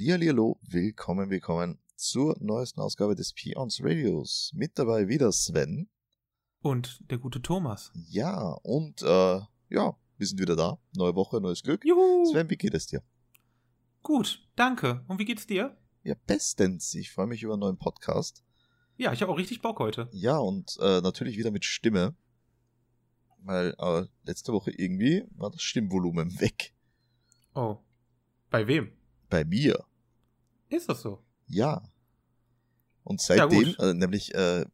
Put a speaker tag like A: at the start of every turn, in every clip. A: Hallihallo, willkommen, willkommen zur neuesten Ausgabe des Peons Radios. Mit dabei wieder Sven.
B: Und der gute Thomas.
A: Ja, und äh, ja, wir sind wieder da. Neue Woche, neues Glück.
B: Juhu!
A: Sven, wie geht es dir?
B: Gut, danke. Und wie geht's dir?
A: Ja, bestens. Ich freue mich über einen neuen Podcast.
B: Ja, ich habe auch richtig Bock heute.
A: Ja, und äh, natürlich wieder mit Stimme. Weil äh, letzte Woche irgendwie war das Stimmvolumen weg.
B: Oh. Bei wem?
A: Bei mir.
B: Ist das so?
A: Ja. Und
B: Ja, gut.
A: seitdem, äh, nämlich, äh,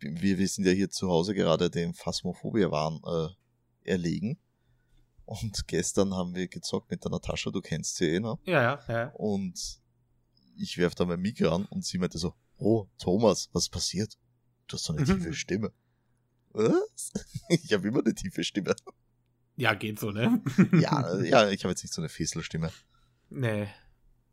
A: wir, wir sind ja hier zu Hause gerade dem Phasmophobia-Wahn äh, erlegen. Und gestern haben wir gezockt mit der Natascha, du kennst sie eh, ne?
B: Ja, ja, ja.
A: Und ich werf da mein Mikro an und sie meinte so, oh, Thomas, was passiert? Du hast so eine
B: Mhm.
A: tiefe Stimme. Was? Ich habe immer eine tiefe Stimme.
B: Ja, geht so, ne?
A: Ja, äh, ja ich habe jetzt nicht so eine Fesselstimme.
B: Nee,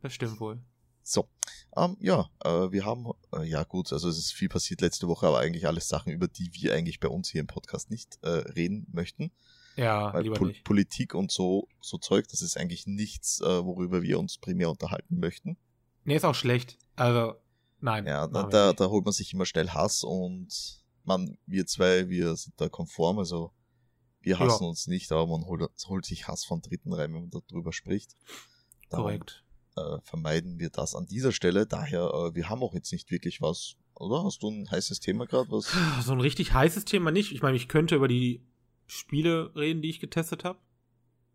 B: das stimmt wohl.
A: So, ähm, ja, äh, wir haben, äh, ja gut, also es ist viel passiert letzte Woche, aber eigentlich alles Sachen, über die wir eigentlich bei uns hier im Podcast nicht äh, reden möchten.
B: Ja,
A: Weil
B: lieber
A: Pol
B: nicht.
A: Politik und so, so Zeug, das ist eigentlich nichts, äh, worüber wir uns primär unterhalten möchten.
B: Nee, ist auch schlecht. Also, nein.
A: Ja, da,
B: machen wir
A: da,
B: nicht.
A: da holt man sich immer schnell Hass und man, wir zwei, wir sind da konform, also wir hassen
B: Ja.
A: uns nicht, aber man holt, holt sich Hass von Dritten rein, wenn man darüber spricht. Darum,
B: Korrekt.
A: äh, vermeiden wir das an dieser Stelle. Daher, äh, wir haben auch jetzt nicht wirklich was, oder? Hast du ein heißes Thema gerade? Was?
B: So ein richtig heißes Thema nicht. Ich meine, ich könnte über die Spiele reden, die ich getestet habe.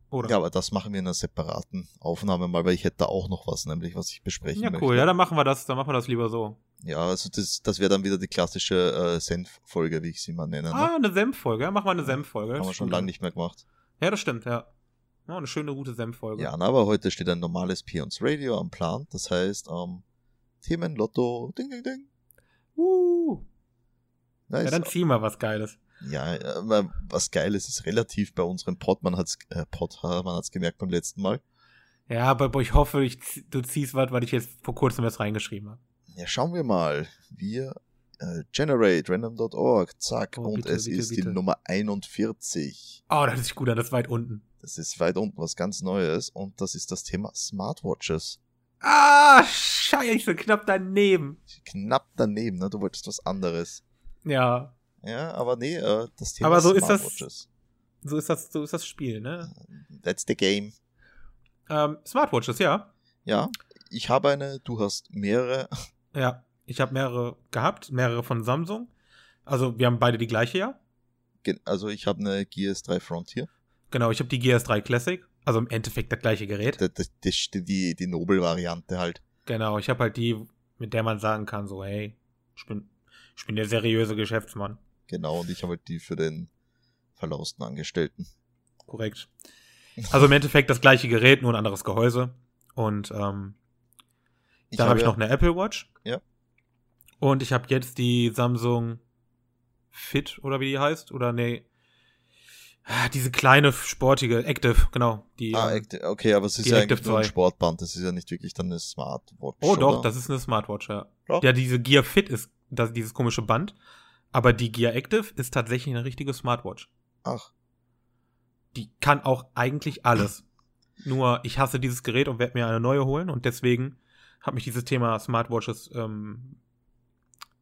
B: Oder?
A: Ja, aber das machen wir in einer separaten Aufnahme mal, weil ich hätte da auch noch was, nämlich was ich besprechen
B: ja
A: möchte.
B: cool. Ja, dann machen wir das. Dann machen wir das lieber so.
A: Ja, also das, das wäre dann wieder die klassische äh, Senf-Folge, wie ich sie mal nenne. Ne?
B: Ah, eine Senffolge. Ja, mach mal eine Senffolge.
A: haben wir
B: Das
A: schon
B: stimmt.
A: lange nicht mehr gemacht.
B: Ja, das stimmt, ja. ja eine schöne, gute Senffolge.
A: Ja, na, aber heute steht ein normales Peons Radio am Plan. Das heißt, ähm, Themen, Lotto, ding, ding, ding.
B: Uh,
A: Na,
B: ja,
A: ist,
B: dann zieh mal was Geiles.
A: ja, aber was geil ist, ist relativ bei unserem Pod. Man hat's, äh, Pod, äh, man hat's gemerkt beim letzten Mal.
B: Ja, aber aber ich hoffe, ich, zie- du ziehst was, weil ich jetzt vor kurzem was reingeschrieben habe.
A: Ja, schauen wir mal. Wir, äh, generate, random.org, zack,
B: Oh,
A: und
B: bitte,
A: es
B: bitte,
A: ist
B: bitte.
A: die Nummer 41.
B: Oh, das ist gut, an, das ist weit unten.
A: Das ist weit unten was ganz Neues und das ist das Thema Smartwatches.
B: Ah, scheiße, knapp daneben.
A: Knapp daneben, ne? Du wolltest was anderes.
B: Ja,
A: Ja, aber nee, äh, das Thema
B: Aber so ist das-
A: Smartwatches.
B: so ist das, so ist das Spiel, ne?
A: That's the game.
B: Ähm, Smartwatches, ja.
A: Ja, ich habe eine, du hast mehrere.
B: Ja, ich habe mehrere gehabt, mehrere von Samsung. Also, wir haben beide die gleiche, ja.
A: Ge- Also ich habe eine GS3 Frontier.
B: Genau, ich habe die GS3 Classic, also im Endeffekt das gleiche Gerät.
A: Das, das, das, ist die, die Nobel-Variante halt.
B: Genau, ich habe halt die, mit der man sagen kann, so, hey, ich bin, ich bin der seriöse Geschäftsmann.
A: Genau, und ich habe halt die für den verlausten Angestellten.
B: Korrekt. Also im Endeffekt das gleiche Gerät, nur ein anderes Gehäuse. Und ähm,
A: Ich
B: dann habe ich
A: ja-
B: noch eine Apple Watch.
A: Ja.
B: Und ich habe jetzt die Samsung Fit oder wie die heißt. Oder nee. Ah, Diese kleine, sportige, Active, genau. Die,
A: Ah,
B: ähm,
A: Acti- okay, aber es ist
B: die
A: ja
B: Active
A: eigentlich nur ein
B: 2.
A: Sportband. Das ist ja nicht wirklich dann eine Smartwatch.
B: Oh doch,
A: oder?
B: das ist eine Smartwatch, ja.
A: Doch.
B: Ja, diese Gear Fit ist das, dieses komische Band. Aber die Gear Active ist tatsächlich eine richtige Smartwatch.
A: Ach,
B: die kann auch eigentlich alles. Nur ich hasse dieses Gerät und werde mir eine neue holen und deswegen hat mich dieses Thema Smartwatches ähm,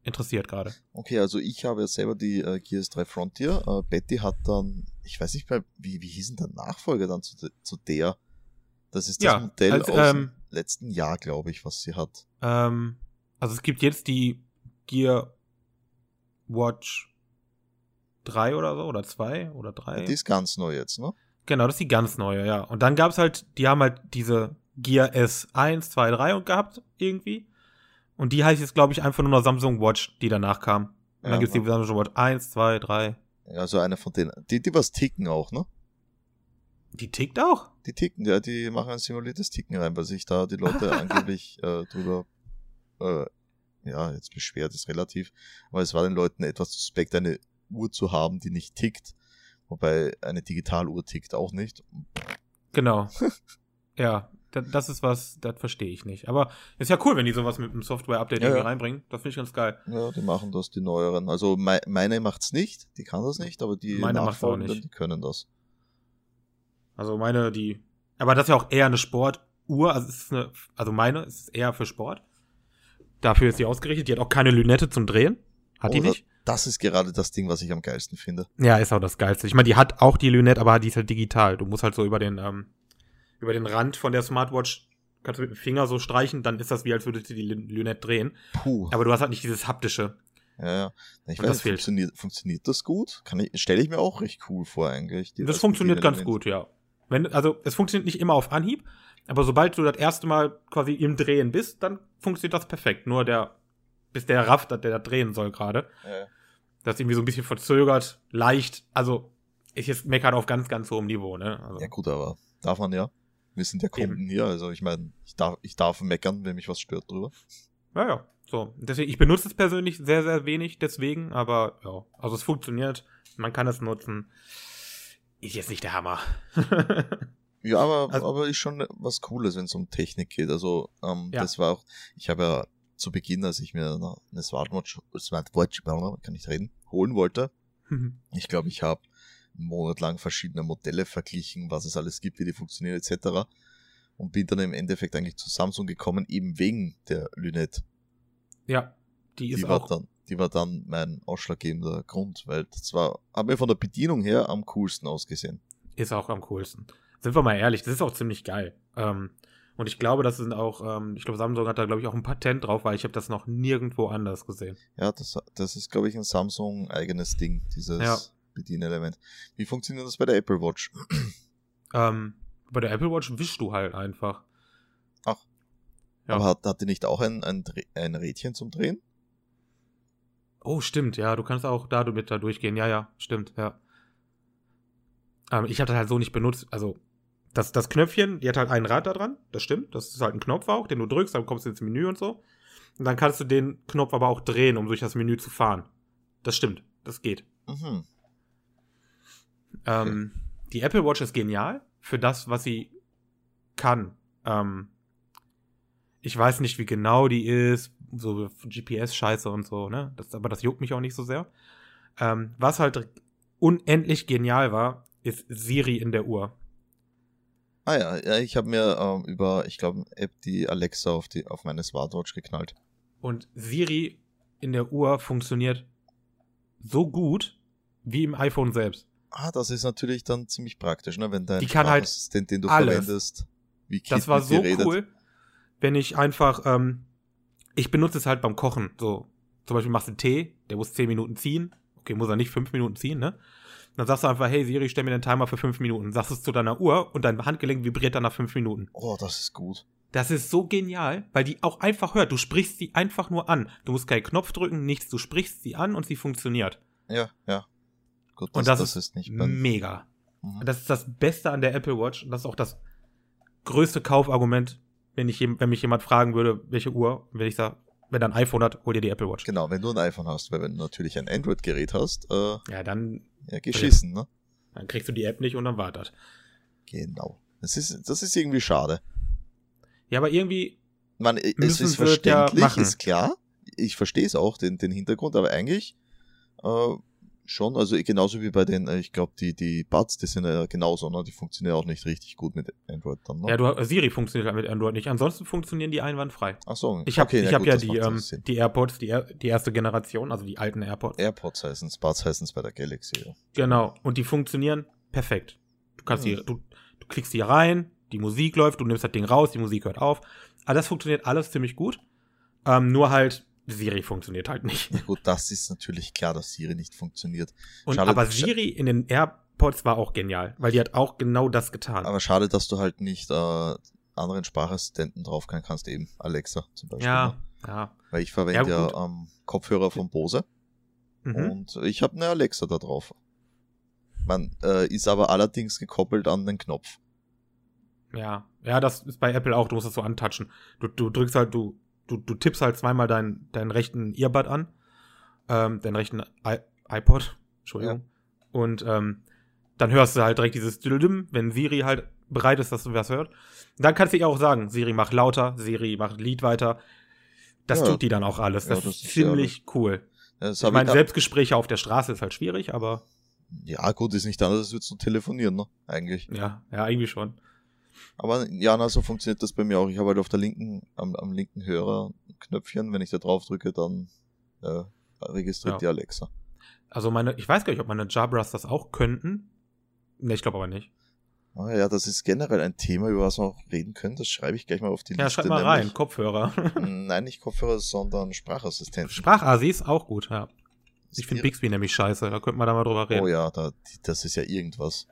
B: interessiert gerade.
A: okay, also ich habe ja selber die äh, GS3 Frontier. Äh, Betty hat dann, ich weiß nicht mehr, wie, wie hieß denn der Nachfolger dann zu, de- zu der? Das ist das
B: Ja,
A: Modell
B: als,
A: aus
B: ähm,
A: dem letzten Jahr, glaube ich, was sie hat.
B: Ähm, also es gibt jetzt die Gear Watch 3 oder so oder 2 oder 3.
A: Die ist ganz neu jetzt, ne?
B: Genau, das ist die ganz neue, ja. Und dann gab's halt, die haben halt diese Gear S1, 2, 3 und gehabt irgendwie. Und die heißt jetzt, glaube ich, einfach nur noch Samsung Watch, die danach kam. Und
A: Ja,
B: dann gibt's die
A: ja.
B: Samsung Watch 1, 2, 3.
A: Also eine von denen. Die, die was ticken auch, ne?
B: Die tickt auch?
A: Die ticken, ja, die machen ein simuliertes Ticken rein, weil sich da die Leute angeblich äh, drüber, äh, ja, jetzt beschwert ist relativ, aber es war den Leuten etwas suspekt, eine Uhr zu haben, die nicht tickt. Wobei eine Digitaluhr tickt auch nicht.
B: Genau. ja, da, das ist was, das verstehe ich nicht. Aber ist ja cool, wenn die sowas mit einem Software-Update
A: Ja,
B: irgendwie
A: ja.
B: reinbringen. Das finde ich ganz geil.
A: Ja, die machen das, die neueren. Also mei meine macht's nicht, die kann das nicht, aber die
B: Meine macht's auch
A: nachfolgenden,
B: nicht.
A: die können das.
B: Also meine, die. Aber das ist ja auch eher eine Sportuhr Uhr, also, es ist eine, also meine es ist eher für Sport. Dafür ist die ausgerichtet. Die hat auch keine Lünette zum Drehen. Hat die
A: Oder-
B: nicht?
A: Das ist gerade das Ding, was ich am geilsten finde.
B: Ja, ist auch Oh, das Geilste. Ich meine, die hat auch die Lünette, aber die ist halt digital. Du musst halt so über den, ähm, über den Rand von der Smartwatch, kannst du mit dem Finger so streichen, dann ist das wie, als würdest du die Lün- Lünette drehen.
A: Puh.
B: Aber du hast halt nicht dieses haptische.
A: Ja, ja. Ich
B: Und das
A: weiß nicht,
B: fehlt.
A: funktioniert, funktioniert das gut? Kann ich, stelle ich mir auch recht cool vor, eigentlich. die-
B: das
A: als
B: funktioniert ganz
A: Bedienelemente.
B: gut, ja. Wenn, also, es funktioniert nicht immer auf Anhieb, aber sobald du das erste Mal quasi im Drehen bist, dann funktioniert das perfekt. Nur der, bis der rafft, dass der das drehen soll gerade.
A: Ja,
B: Das ist irgendwie so ein bisschen verzögert, leicht. Also, ich jetzt meckern auf ganz, ganz hohem Niveau, ne? Also,
A: ja, gut, aber darf man ja. Wir sind ja
B: Eben.
A: Kunden hier, also ich meine, ich darf, ich darf meckern, wenn mich was stört drüber.
B: Ja, ja. So. Deswegen, ich benutze es persönlich sehr, sehr wenig, deswegen, aber ja. Also es funktioniert, man kann es nutzen. Ist jetzt nicht der Hammer.
A: Ja, aber,
B: Also-
A: aber ist schon was Cooles, wenn es um Technik geht. Also, ähm,
B: Ja.
A: das war auch, ich habe ja zu Beginn, als ich mir eine- eine Smartwatch, Smartwatch, kann ich reden, holen wollte. Ich glaube, ich habe einen Monat lang verschiedene Modelle verglichen, was es alles gibt, wie die funktionieren, etc. Und bin dann im Endeffekt eigentlich zu Samsung gekommen, eben wegen der Lynette.
B: ja, die ist
A: die war
B: auch.
A: dann, die war dann mein ausschlaggebender Grund, weil das war, hat mir von der Bedienung her am coolsten ausgesehen.
B: Ist auch am coolsten. Sind wir mal ehrlich, das ist auch ziemlich geil. Ähm, und ich glaube, das sind auch, ähm, ich glaube, Samsung hat da, glaube ich, auch ein Patent drauf, weil ich habe das noch nirgendwo anders gesehen.
A: Ja, das, das ist, glaube ich, ein Samsung eigenes Ding, dieses
B: Ja.
A: Bedienelement. Wie funktioniert das bei der Apple Watch?
B: Ähm, bei der Apple Watch wischst du halt einfach. Ja.
A: Aber hat, hat die nicht auch ein, ein, Dreh- ein Rädchen zum Drehen?
B: Oh, stimmt, ja, du kannst auch da mit da durchgehen. Ja, ja, stimmt, ja. Ähm, ich habe das halt so nicht benutzt. Also, das, das Knöpfchen, die hat halt ein Rad da dran, das stimmt. Das ist halt ein Knopf auch, den du drückst, dann kommst du ins Menü und so. Und dann kannst du den Knopf aber auch drehen, um durch das Menü zu fahren. Das stimmt, das geht.
A: Mhm.
B: Ähm, die Apple Watch ist genial für das, was sie kann. Ähm, ich weiß nicht, wie genau die ist, so GPS-Scheiße und so, ne? Das, aber das juckt mich auch nicht so sehr. Ähm, was halt unendlich genial war, ist Siri in der Uhr.
A: Ah ja, ja ich habe mir ähm, über, ich glaube, eine App die Alexa auf, die, auf meine Smartwatch geknallt.
B: Und Siri in der Uhr funktioniert so gut wie im iPhone selbst.
A: Ah, das ist natürlich dann ziemlich praktisch, ne? wenn dein
B: Die kann halt
A: Sprachassistent, den du
B: alles.
A: verwendest, wie Kid
B: Das war
A: mit dir
B: so
A: redet.
B: cool, wenn ich einfach, ähm, ich benutze es halt beim Kochen. So, zum Beispiel machst du einen Tee, der muss 10 Minuten ziehen. Okay, muss er nicht 5 Minuten ziehen, ne? Dann sagst du einfach, hey Siri, stell mir den Timer für 5 Minuten. Sagst es zu deiner Uhr und dein Handgelenk vibriert dann nach 5 Minuten.
A: Oh, das ist gut.
B: Das ist so genial, weil die auch einfach hört. Du sprichst sie einfach nur an. Du musst keinen Knopf drücken, nichts. Du sprichst sie an und sie funktioniert.
A: Ja, ja. Gut,
B: Und das
A: ist nicht beim,
B: Mega.
A: Mhm.
B: Das ist das Beste an der Apple Watch. und Das ist auch das größte Kaufargument, wenn, ich, jem- wenn mich jemand fragen würde, welche Uhr, wenn ich sage, wenn er ein iPhone hat, hol dir die Apple Watch.
A: Genau, wenn du ein iPhone hast, weil wenn du natürlich ein Android-Gerät hast, äh,
B: Ja, dann,
A: ja, geschissen, ne?
B: dann kriegst du die App nicht und dann wartet.
A: Genau. Das ist, das ist irgendwie schade.
B: Ja, aber irgendwie,
A: Man, es
B: Müssen
A: ist
B: wir ja
A: verständlich,
B: machen.
A: ist klar. Ich verstehe es auch, den, den Hintergrund, aber eigentlich äh, schon, also genauso wie bei den, äh, ich glaube, die, die Buds, die sind ja genauso, ne? Die funktionieren auch nicht richtig gut mit Android dann, ne?
B: ja, du, Siri funktioniert halt mit Android nicht. Ansonsten funktionieren die einwandfrei.
A: Ach so,
B: Ich habe
A: okay,
B: ich
A: na
B: hab
A: gut,
B: ja
A: das
B: die,
A: macht
B: ähm,
A: Sinn.
B: die AirPods, die, er, die erste Generation, also die alten AirPods.
A: AirPods heißen es, Buds heißen es bei der Galaxy. Ja.
B: Genau. Und die funktionieren perfekt. Du kannst die,
A: Mhm.
B: du, du klickst die rein, die Musik läuft, du nimmst das Ding raus, die Musik hört auf. Aber das funktioniert alles ziemlich gut. Ähm, nur halt, Siri funktioniert halt nicht.
A: ja gut, das ist natürlich klar, dass Siri nicht funktioniert.
B: Und,
A: Schade.
B: aber Siri in den AirPods war auch genial, weil die hat auch genau das getan.
A: Aber schade, dass du halt nicht äh, anderen Sprachassistenten draufknallen kannst, eben Alexa zum Beispiel.
B: ja,
A: Ne?
B: ja.
A: Weil ich verwende
B: Ja,
A: ja,
B: gut.
A: ähm, Kopfhörer von Bose
B: Mhm.
A: und ich habe eine Alexa da drauf. Man äh, ist aber allerdings gekoppelt an den Knopf.
B: Ja. Ja, das ist bei Apple auch, du musst das so antatschen. Du, du drückst halt, du, du, du tippst halt zweimal deinen, deinen rechten Earbud an, ähm, deinen rechten I iPod, Entschuldigung. Und ähm, dann hörst du halt direkt dieses Dildim, wenn Siri halt bereit ist, dass du was hört. Dann kannst du ihr auch sagen, Siri mach lauter, Siri mach Lied weiter. Das
A: Ja.
B: tut die dann auch alles.
A: Ja,
B: Das,
A: das
B: ist
A: ist ja
B: ziemlich cool.
A: Das
B: Ich
A: hab
B: meine,
A: ich
B: Selbstgespräche auf der Straße ist halt schwierig, aber
A: ja gut, ist nicht anders, als würdest du telefonieren, ne? Eigentlich.
B: ja, ja, irgendwie schon.
A: Aber ja, na, so funktioniert das bei mir auch. Ich habe halt auf der linken, am, am linken Hörer ein Knöpfchen. Wenn ich da drauf drücke, dann äh, registriert
B: Ja.
A: die Alexa.
B: Also meine, ich weiß gar nicht, ob meine Jabras das auch könnten. Ne, ich glaube aber nicht.
A: Ah, ja, das ist generell ein Thema, über was wir auch reden können. Das schreibe ich gleich mal auf die
B: Ja,
A: Liste.
B: schreib mal rein,
A: nämlich- ähm,
B: Kopfhörer.
A: Nein, nicht Kopfhörer, sondern Sprachassistenten.
B: Sprachasis auch gut, ja. Ich finde Bixby nämlich scheiße, da könnten wir da mal drüber reden.
A: Oh ja, da, die- das ist ja irgendwas.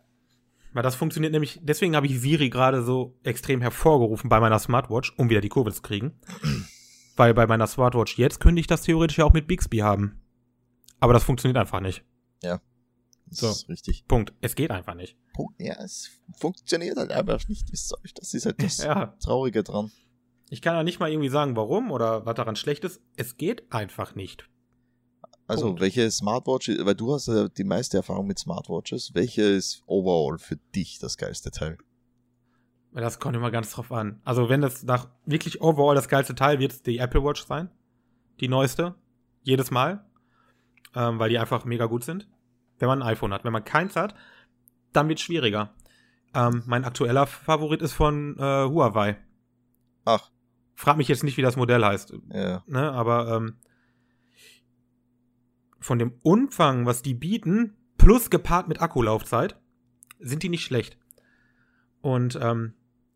B: Weil das funktioniert nämlich, deswegen habe ich Siri gerade so extrem hervorgerufen bei meiner Smartwatch, um wieder die Kurve zu kriegen. Weil bei meiner Smartwatch jetzt könnte ich das theoretisch ja auch mit Bixby haben. Aber das funktioniert einfach nicht.
A: Das
B: So.
A: ist richtig.
B: Punkt. Es geht einfach nicht.
A: Punkt. Ja, es funktioniert halt einfach nicht. Wisst ihr euch, Das ist halt das
B: Ja.
A: Traurige dran.
B: Ich kann ja nicht mal irgendwie sagen, warum oder was daran schlecht ist. Es geht einfach nicht.
A: Also,
B: Punkt.
A: welche Smartwatch, weil du hast ja die meiste Erfahrung mit Smartwatches, welche ist overall für dich das geilste Teil?
B: Weil Das kommt immer ganz drauf an. Also, wenn das nach wirklich overall das geilste Teil wird, die Apple Watch sein. Die neueste. Jedes Mal. Ähm, weil die einfach mega gut sind. Wenn man ein iPhone hat. Wenn man keins hat, dann wird schwieriger. Ähm, mein aktueller Favorit ist von äh, Huawei.
A: Ach, äh,
B: Frag mich jetzt nicht, wie das Modell heißt.
A: ja.
B: Ne? Aber ähm, von dem Umfang, was die bieten, plus gepaart mit Akkulaufzeit, sind die nicht schlecht. Und ähm,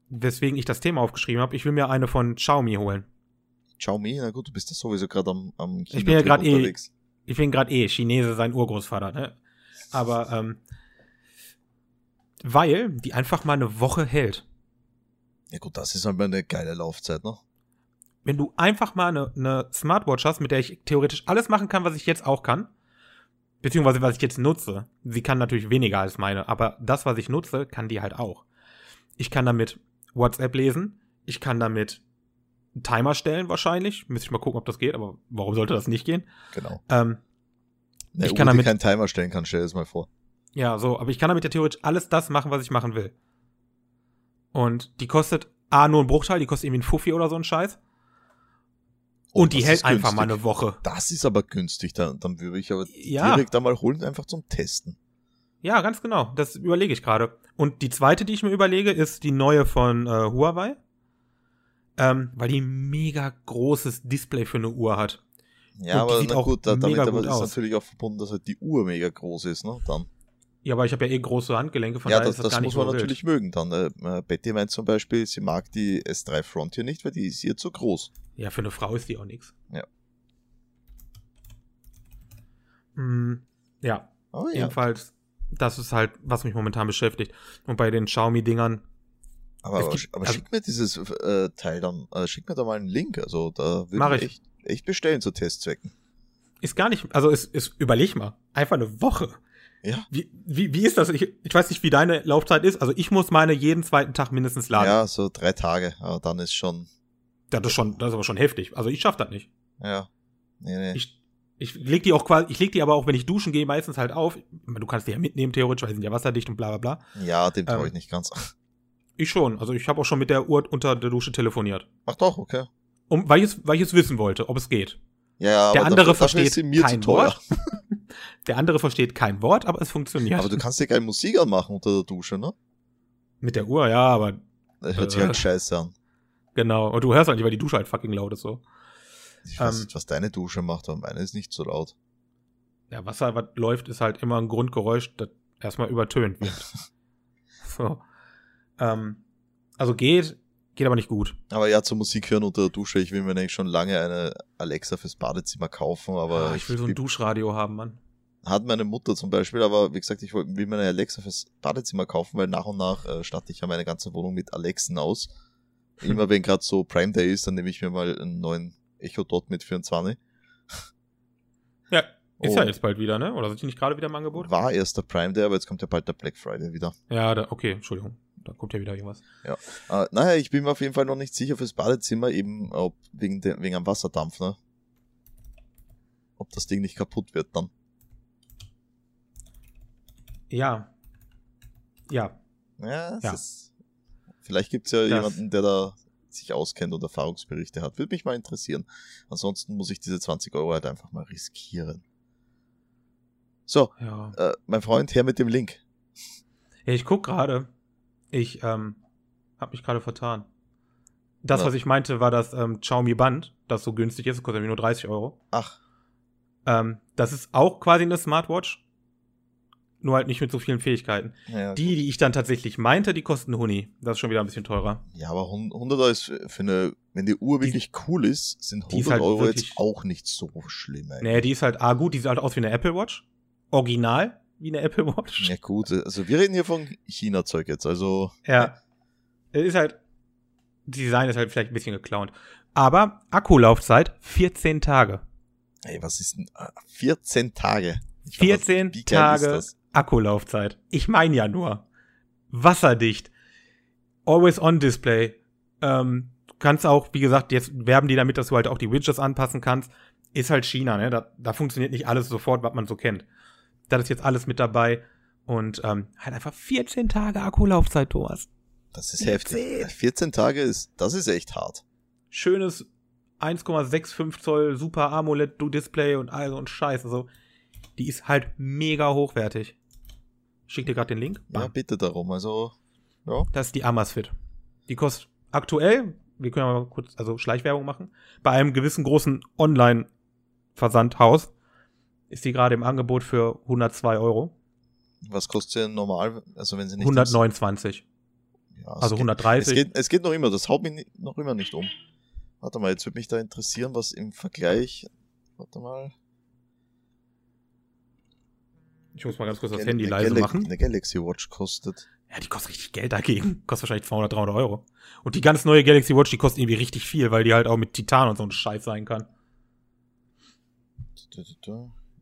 B: weswegen ich das Thema aufgeschrieben habe, ich will mir eine von Xiaomi holen.
A: Xiaomi, na gut, du bist ja sowieso gerade am, am China
B: bin ja grad eh- Ich bin gerade eh Chinese, sein Urgroßvater, ne? Aber ähm, weil die einfach mal eine Woche hält.
A: Ja gut, das ist halt mal eine geile Laufzeit, ne?
B: wenn du einfach mal eine, eine Smartwatch hast, mit der ich theoretisch alles machen kann, was ich jetzt auch kann, beziehungsweise was ich jetzt nutze, sie kann natürlich weniger als meine, aber das, was ich nutze, kann die halt auch. Ich kann damit WhatsApp lesen, ich kann damit einen Timer stellen wahrscheinlich, müsste ich mal gucken, ob das geht, aber warum sollte das nicht gehen?
A: Genau.
B: Ähm,
A: Eine
B: Ich
A: Uhr,
B: kann
A: die
B: damit-
A: keinen Timer stellen kann, stell dir das mal vor.
B: Ja, so, aber ich kann damit ja theoretisch alles das machen, was ich machen will. Und die kostet A nur einen Bruchteil, die kostet irgendwie einen Fuffi oder so ein Scheiß. Und,
A: Oh,
B: die
A: das
B: hält
A: ist
B: einfach mal
A: günstig.
B: eine Woche.
A: Das ist aber günstig, dann, dann würde ich aber
B: Ja.
A: direkt einmal holen, einfach zum Testen.
B: Ja, ganz genau. Das überlege ich gerade. Und die zweite, die ich mir überlege, ist die neue von äh, Huawei. Ähm, weil die ein mega großes Display für eine Uhr hat.
A: Ja,
B: Und die
A: aber
B: sieht
A: na
B: auch
A: gut, da, damit
B: mega
A: aber
B: gut
A: ist
B: aus.
A: natürlich auch verbunden, dass halt die Uhr mega groß ist, ne? Dann.
B: Ja, aber ich habe ja eh große Handgelenke, von
A: ja,
B: daher
A: das,
B: ist das,
A: das,
B: gar nicht
A: muss
B: so
A: man
B: wild.
A: natürlich mögen dann. Äh, äh, Betty meint zum Beispiel, sie mag die S3 Frontier nicht, weil die ist ihr zu groß.
B: Ja, für eine Frau ist die auch nix.
A: Ja.
B: Mm, ja,
A: Aber Ah ja,
B: jedenfalls, das ist halt, was mich momentan beschäftigt. Und bei den Xiaomi-Dingern,
A: aber,
B: es
A: aber,
B: gibt-
A: sch- aber
B: also-
A: schick mir dieses äh, Teil dann, äh, schick mir da mal einen Link. Also da
B: Mach
A: würde ich
B: ich.
A: echt, echt bestellen zu Testzwecken.
B: ist gar nicht, also ist, ist, überleg mal, einfach eine Woche.
A: Ja.
B: Wie, wie, wie ist das? Ich, ich weiß nicht, wie deine Laufzeit ist. Also ich muss meine jeden zweiten Tag mindestens laden.
A: Ja, so drei Tage. Aber dann ist schon,
B: Ja, Das ist, schon, das ist aber schon heftig. Also ich schaff das nicht.
A: ja. Nee, nee.
B: Ich, ich leg die auch quasi, ich leg die aber auch, wenn ich duschen gehe, meistens halt auf. Du kannst die ja mitnehmen, theoretisch, weil die sind ja wasserdicht und bla bla bla.
A: ja, dem traue
B: ähm,
A: ich nicht ganz.
B: Ich schon. Also ich habe auch schon mit der Uhr unter der Dusche telefoniert.
A: Ach doch, okay.
B: Um, weil ich es weil ich es wissen wollte, ob es geht.
A: Ja, ja,
B: der
A: aber
B: andere
A: dafür- dafür
B: versteht
A: ist sie mir zu
B: kein
A: teuer.
B: Wort. der andere versteht kein Wort, aber es funktioniert.
A: Aber du kannst dir keine Musik anmachen unter der Dusche, ne?
B: mit der Uhr, ja, aber
A: Das hört sich halt
B: Äh.
A: scheiße an.
B: genau. Und du hörst halt nicht, weil die Dusche halt fucking laut ist so.
A: Ich weiß
B: Ähm.
A: nicht, was deine Dusche macht, aber meine ist nicht so laut.
B: Ja, Wasser, was läuft, ist halt immer ein Grundgeräusch, das erstmal übertönt wird. so. Ähm, also geht, geht aber nicht gut.
A: Aber ja, zur Musik hören unter der Dusche. Ich will mir eigentlich schon lange eine Alexa fürs Badezimmer kaufen, aber
B: Ah, ich will so ein Duschradio haben, Mann.
A: hat meine Mutter zum Beispiel, aber wie gesagt, ich wollt- will mir eine Alexa fürs Badezimmer kaufen, weil nach und nach äh, starte ich ja meine ganze Wohnung mit Alexen aus. Immer wenn gerade so Prime Day ist, dann nehme ich mir mal einen neuen Echo Dot mit für ein 20.
B: Ja, ist ja
A: Oh.
B: jetzt bald wieder, ne? Oder sind die nicht gerade wieder im Angebot?
A: War erst der Prime Day, aber jetzt kommt ja bald der Black Friday wieder.
B: Ja, da, okay, Entschuldigung. Da kommt ja wieder irgendwas.
A: Äh, naja, ich bin mir auf jeden Fall noch nicht sicher fürs Badezimmer, eben ob wegen, dem wegen am Wasserdampf, ne? Ob das Ding nicht kaputt wird dann.
B: Ja. Ja.
A: Ja, es
B: Ja.
A: Ist, vielleicht gibt's ja
B: Das-
A: jemanden, der da sich auskennt und Erfahrungsberichte hat. Würde mich mal interessieren. Ansonsten muss ich diese 20 Euro halt einfach mal riskieren. So,
B: Ja.
A: äh, mein Freund, her mit dem Link.
B: ja ich guck gerade. Ich ähm, Hab mich gerade vertan. Das, was ich meinte, war das ähm, Xiaomi Band, das so günstig ist, kostet nämlich nur 30 Euro.
A: Ach,
B: Ähm, das ist auch quasi eine Smartwatch, nur halt nicht mit so vielen Fähigkeiten.
A: ja,
B: Die, die ich dann tatsächlich meinte, die kosten Huni. Das ist schon wieder ein bisschen teurer.
A: Ja, aber 100er ist für für eine, wenn die Uhr
B: Die-
A: wirklich cool ist, sind 100
B: die ist halt
A: Euro jetzt
B: wirklich-
A: auch nicht so schlimm. Ey.
B: Nee, die ist halt A gut, die sieht halt aus wie eine Apple Watch. Original wie eine Apple Watch.
A: Ja gut, also wir reden hier von China-Zeug jetzt, also
B: Ja. Es ist halt. Design ist halt vielleicht ein bisschen geklaunt. Aber Akkulaufzeit 14 Tage.
A: ey, was ist denn, ah, 14 Tage. Ich glaub,
B: 14
A: wie geil ist
B: Tage
A: das?
B: Akkulaufzeit. Ich meine ja nur. Wasserdicht. Always-on-Display. Ähm, du kannst auch, wie gesagt, jetzt werben die damit, dass du halt auch die Widgets anpassen kannst. Ist halt China, ne? Da, da funktioniert nicht alles sofort, was man so kennt. Da ist jetzt alles mit dabei. Und ähm, halt einfach 14 Tage Akkulaufzeit, Thomas.
A: Das ist heftig. 14 Tage ist, das ist echt hart.
B: schönes 1,65 Zoll Super AMOLED Du Display und all so ein Scheiß. Also, die ist halt mega hochwertig. Schick dir gerade den Link.
A: Ja,
B: Bam.
A: bitte darum, also
B: Das ist die Amazfit. Die kostet aktuell, wir können ja mal kurz, also Schleichwerbung machen, bei einem gewissen großen Online-Versandhaus ist die gerade im Angebot für 102 Euro.
A: was kostet sie denn normal, also wenn sie nicht...
B: 129,
A: Ja, es
B: also
A: geht- Es
B: 130.
A: geht, es geht noch immer, das haut mich ni- noch immer nicht um. Warte mal, jetzt würde mich da interessieren, was im Vergleich... Warte mal.
B: ich muss mal ganz kurz das
A: Gal-
B: Handy
A: eine
B: leise
A: Galax-
B: machen.
A: Eine Galaxy Watch kostet...
B: Ja, die kostet richtig Geld dagegen. Kostet wahrscheinlich 200, 300 Euro. Und die ganz neue Galaxy Watch, die kostet irgendwie richtig viel, weil die halt auch mit Titan und so ein Scheiß sein kann.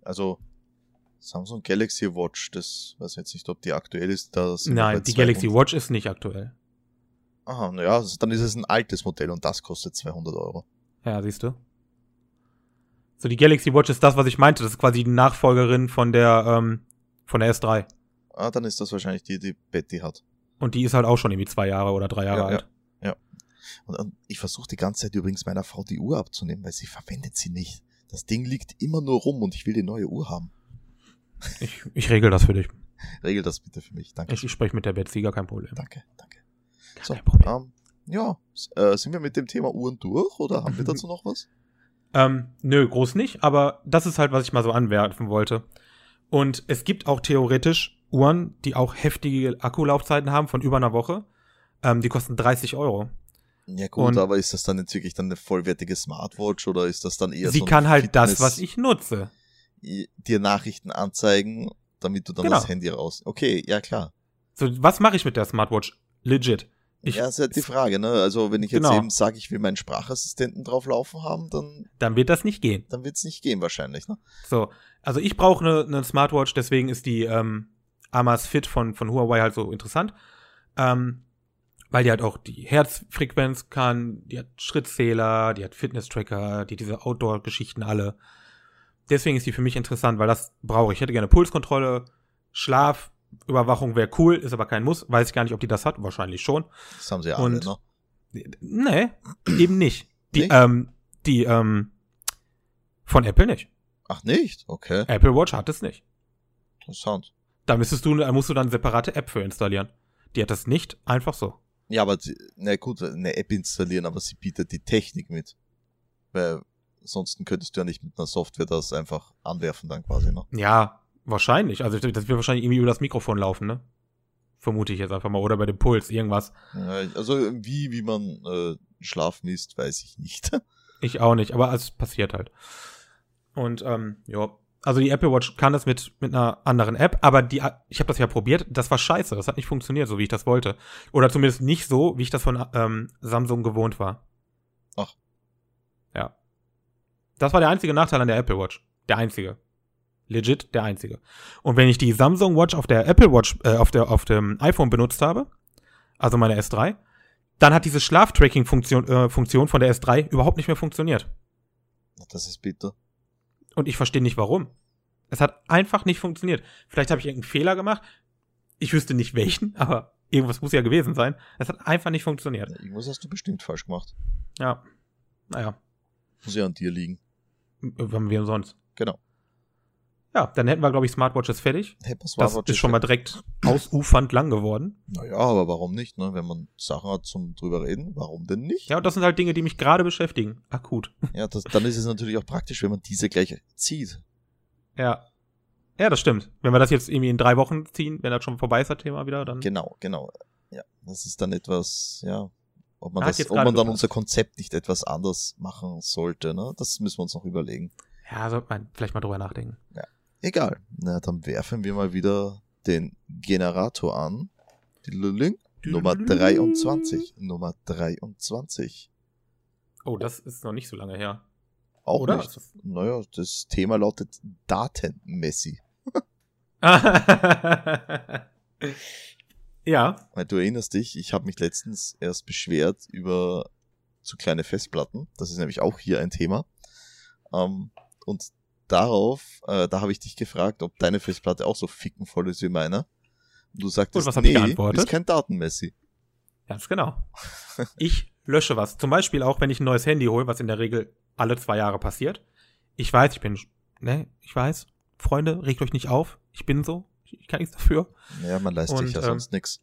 A: Also Samsung Galaxy Watch, das weiß jetzt nicht, ob die aktuell ist. Da sind wir bei
B: Nein, die
A: 200.
B: Galaxy Watch ist nicht aktuell.
A: Aha, naja, also dann ist es ein altes Modell und das kostet 200 Euro.
B: Ja, siehst du. So, die Galaxy Watch ist das, was ich meinte. Das ist quasi die Nachfolgerin von der, ähm, von der S3.
A: Ah, dann ist das wahrscheinlich die, die Betty hat.
B: Und die ist halt auch schon irgendwie zwei Jahre oder drei Jahre
A: Ja, ja.
B: alt.
A: Und, und ich versuche die ganze Zeit übrigens meiner Frau die Uhr abzunehmen, weil sie verwendet sie nicht. Das Ding liegt immer nur rum und ich will die neue Uhr haben.
B: Ich, ich regel das für dich.
A: Regel das bitte für mich. Danke.
B: Ich, ich spreche mit der Betsy, gar kein Problem.
A: Danke, danke.
B: Gar
A: So,
B: kein Problem.
A: ähm, ja, s- äh, sind wir mit dem Thema Uhren durch oder haben wir dazu noch was?
B: Ähm, nö, groß nicht, aber das ist halt, was ich mal so anwerfen wollte. Und es gibt auch theoretisch Uhren, die auch heftige Akkulaufzeiten haben von über einer Woche. Ähm, die kosten 30 Euro.
A: Ja gut,
B: Und-
A: aber ist das dann jetzt wirklich dann eine vollwertige Smartwatch oder ist das dann eher
B: Sie
A: so ein
B: kann halt das,
A: Fitness-
B: was ich nutze.
A: i- dir Nachrichten anzeigen, damit du dann
B: Genau.
A: das Handy raus. Okay, ja klar.
B: So, was mache ich mit der Smartwatch? Legit. Ich,
A: ja, ist halt die Frage, ne? Also wenn ich jetzt
B: Genau.
A: eben sage, ich will meinen Sprachassistenten drauflaufen haben, dann,
B: Dann wird das nicht gehen.
A: dann wird's nicht gehen wahrscheinlich, ne?
B: So, also ich brauche eine ne Smartwatch, deswegen ist die ähm, Amazfit von, von Huawei halt so interessant. Ähm, weil die halt auch die Herzfrequenz kann, die hat Schrittzähler, die hat Fitness-Tracker, die hat diese Outdoor-Geschichten alle. Deswegen ist die für mich interessant, weil das brauche ich. Ich hätte gerne Pulskontrolle, Schlaf, Überwachung wäre cool, ist aber kein Muss. Weiß ich gar nicht, ob die das hat, wahrscheinlich schon.
A: Das haben sie ja alle,
B: Und-
A: ne?
B: Nee, eben nicht. Die,
A: Nicht?
B: ähm, die, ähm, von Apple nicht.
A: Ach nicht? Okay,
B: Apple Watch hat es nicht.
A: interessant.
B: Da müsstest du, da musst du dann eine separate App für installieren. Die hat das nicht einfach so.
A: Ja, aber die, na gut, eine App installieren, aber sie bietet die Technik mit. Weil sonst könntest du ja nicht mit einer Software das einfach anwerfen dann quasi, ne?
B: Ja, wahrscheinlich. Also das wird wahrscheinlich irgendwie über das Mikrofon laufen, ne? Vermute ich jetzt einfach mal. Oder bei dem Puls, irgendwas.
A: Ja, Also wie, wie man äh, Schlaf misst, weiß ich nicht.
B: Ich auch nicht, aber es passiert halt. Und ähm, ja. Also die Apple Watch kann das mit, mit einer anderen App, aber die, ich habe das ja probiert, das war scheiße, das hat nicht funktioniert, so wie ich das wollte. Oder zumindest nicht so, wie ich das von ähm, Samsung gewohnt war.
A: Ach.
B: Ja. Das war der einzige Nachteil an der Apple Watch. Der einzige. Legit der einzige. Und wenn ich die Samsung Watch auf der Apple Watch, äh, auf, der, auf dem iPhone benutzt habe, also meine S3, dann hat diese Schlaftracking-Funktion äh, Funktion von der S3 überhaupt nicht mehr funktioniert.
A: Das ist bitter.
B: Und ich verstehe nicht warum. Es hat einfach nicht funktioniert. Vielleicht habe ich irgendeinen Fehler gemacht. Ich wüsste nicht welchen, aber irgendwas muss ja gewesen sein. Es hat einfach nicht funktioniert.
A: Irgendwas hast du bestimmt falsch gemacht.
B: Ja. Naja,
A: Muss ja an dir liegen.
B: w- w- wem sonst?
A: Genau.
B: Ja, dann hätten wir, glaube ich, Smartwatches fertig.
A: Hey, pass
B: Das
A: auf,
B: ist schon mal direkt ausufernd lang geworden.
A: Naja, aber warum nicht, ne? Wenn man Sachen hat zum drüber reden, warum denn nicht?
B: Ja, und das sind halt Dinge, die mich gerade beschäftigen. Akut.
A: Ja, das, dann ist es natürlich auch praktisch, wenn man diese gleich zieht.
B: Ja. Ja, das stimmt. Wenn wir das jetzt irgendwie in drei Wochen ziehen, wenn das schon vorbei ist, das Thema wieder, dann.
A: Genau, genau. Ja, das ist dann etwas, ja. Ob man,
B: Hat
A: das,
B: jetzt
A: ob
B: gerade
A: man dann
B: gepasst.
A: unser Konzept nicht etwas anders machen sollte, ne? Das müssen wir uns noch überlegen.
B: Ja, sollte man vielleicht mal drüber nachdenken.
A: Egal. Na, dann werfen wir mal wieder den Generator an. Dilililling. Nummer 23. Nummer 23.
B: Oh, das ist noch nicht so lange her.
A: Auch
B: Oder?
A: nicht. Naja, das Thema lautet Datenmessi.
B: ja.
A: Weil Du erinnerst dich, ich habe mich letztens erst beschwert über zu kleine Festplatten. Das ist nämlich auch hier ein Thema. Ähm, und darauf, äh, da habe ich dich gefragt, ob deine Festplatte auch so fickenvoll ist wie meine. Und du sagtest,
B: Und was hab ich
A: nee, du
B: geantwortet?
A: bist kein Datenmessi.
B: Ganz genau. Ich lösche was. Zum Beispiel auch, wenn ich ein neues Handy hole, was in der Regel alle zwei Jahre passiert. Ich weiß, ich bin. Ne, ich weiß. Freunde, regt euch nicht auf. Ich bin so. Ich kann nichts dafür.
A: Naja, man leistet
B: Und,
A: sich ja
B: ähm,
A: sonst nix.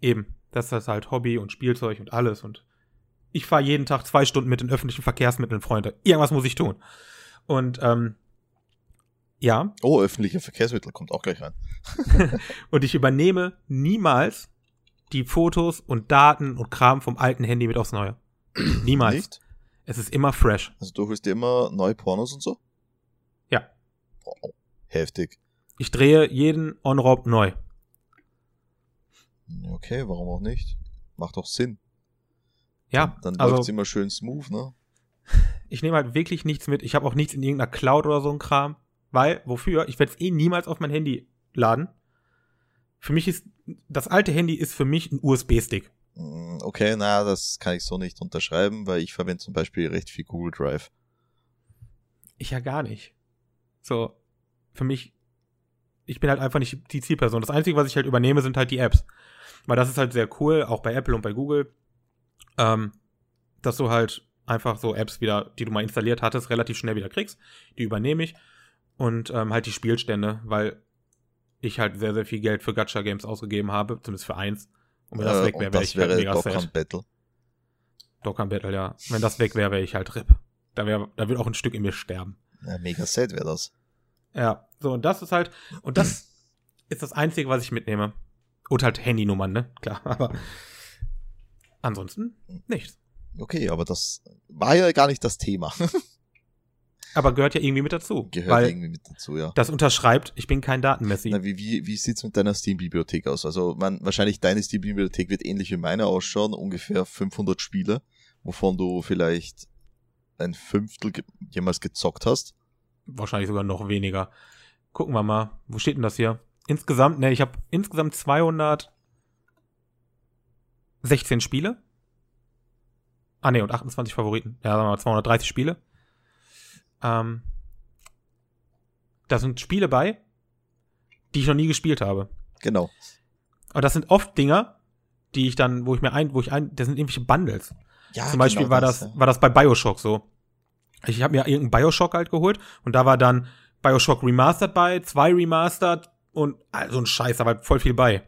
B: Eben, das ist halt Hobby und Spielzeug und alles. Und ich fahre jeden Tag zwei Stunden mit den öffentlichen Verkehrsmitteln, Freunde. Irgendwas muss ich tun. Und ähm, ja,
A: Oh, öffentliche Verkehrsmittel kommt auch gleich rein.
B: und ich übernehme niemals die Fotos und Daten und Kram vom alten Handy mit aufs neue. Niemals.
A: Nicht?
B: Es ist immer fresh.
A: Also du holst dir immer neue Pornos und so?
B: Ja.
A: Wow, heftig.
B: Ich drehe jeden On-Rob neu.
A: Hm, Okay, warum auch nicht? Macht doch Sinn.
B: Ja,
A: Dann läuft's
B: also
A: immer schön smooth, ne?
B: ich nehme halt wirklich nichts mit. Ich habe auch nichts in irgendeiner Cloud oder so ein Kram. Weil, wofür? Ich werde es eh niemals auf mein Handy laden. Für mich ist, das alte Handy ist für mich ein USB-Stick.
A: Mm, Okay, na, das kann ich so nicht unterschreiben, weil ich verwende zum Beispiel recht viel Google Drive.
B: Ich ja gar nicht. So, für mich, ich bin halt einfach nicht die Zielperson. Das Einzige, was ich halt übernehme, sind halt die Apps. Weil das ist halt sehr cool, auch bei Apple und bei Google, ähm, dass du halt einfach so Apps wieder, die du mal installiert hattest, relativ schnell wieder kriegst. Die übernehme ich. Und ähm, halt die Spielstände, weil ich halt sehr, sehr viel Geld für Gacha-Games ausgegeben habe, zumindest für eins. Und wenn das
A: Äh,
B: weg wäre,
A: und
B: wäre ich
A: das
B: halt
A: wäre
B: mega
A: Dog
B: sad.
A: Hunt Battle.
B: Dokkan Battle, ja. Wenn das weg wäre, wäre ich halt RIP. Da, wär, da wird auch ein Stück in mir sterben.
A: Ja, mega sad wäre das.
B: Ja, so, und das ist halt, und das ist das Einzige, was ich mitnehme. Und halt Handynummern, ne? Klar, aber ansonsten nichts.
A: Okay, aber das war ja gar nicht das Thema.
B: Aber gehört ja irgendwie mit dazu.
A: Gehört
B: weil
A: irgendwie mit dazu, ja.
B: das unterschreibt, ich bin kein Datenmessi.
A: Na, wie, wie, wie sieht's mit deiner Steam-Bibliothek aus? Also, man, wahrscheinlich deine Steam-Bibliothek wird ähnlich wie meine ausschauen, ungefähr 500 Spiele, wovon du vielleicht ein Fünftel ge jemals gezockt hast.
B: Wahrscheinlich sogar noch weniger. Gucken wir mal, wo steht denn das hier? Insgesamt, ne, ich habe insgesamt 216 Spiele. Ah ne, und 28 Favoriten. Ja, sagen wir mal 230 Spiele. Ähm, da sind Spiele bei, die ich noch nie gespielt habe.
A: Genau.
B: Aber das sind oft Dinger, die ich dann, wo ich mir ein, wo ich ein, das sind irgendwelche Bundles.
A: Ja,
B: Zum Beispiel
A: genau
B: war das,
A: ja.
B: war das bei Bioshock so. Ich habe mir irgendeinen Bioshock halt geholt und da war dann Bioshock Remastered bei, zwei Remastered und also ein Scheiß, da war voll viel bei.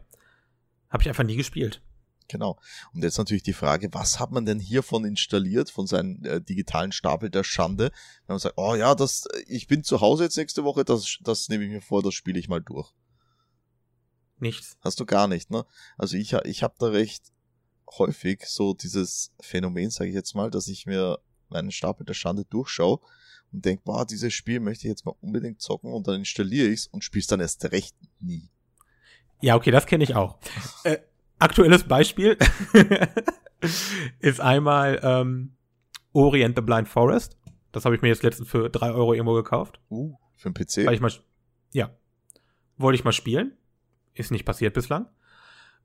B: Habe ich einfach nie gespielt.
A: Genau. Und jetzt natürlich die Frage, was hat man denn hiervon installiert, von seinem äh, digitalen Stapel der Schande, wenn man sagt, oh ja, das, äh, ich bin zu Hause jetzt nächste Woche, das, das nehme ich mir vor, das spiele ich mal durch.
B: Nichts.
A: Hast du gar nicht, ne? Also ich, ha- ich habe da recht häufig so dieses Phänomen, sage ich jetzt mal, dass ich mir meinen Stapel der Schande durchschaue und denke, boah, dieses Spiel möchte ich jetzt mal unbedingt zocken und dann installiere ich's und spiel's dann erst recht nie.
B: Ja, okay, das kenne ich auch. äh, aktuelles Beispiel ist einmal ähm, Ori and the Blind Forest. Das habe ich mir jetzt letztens für drei Euro irgendwo gekauft.
A: Uh, für den PC.
B: Weil ich mal, ja, wollte ich mal spielen. Ist nicht passiert bislang.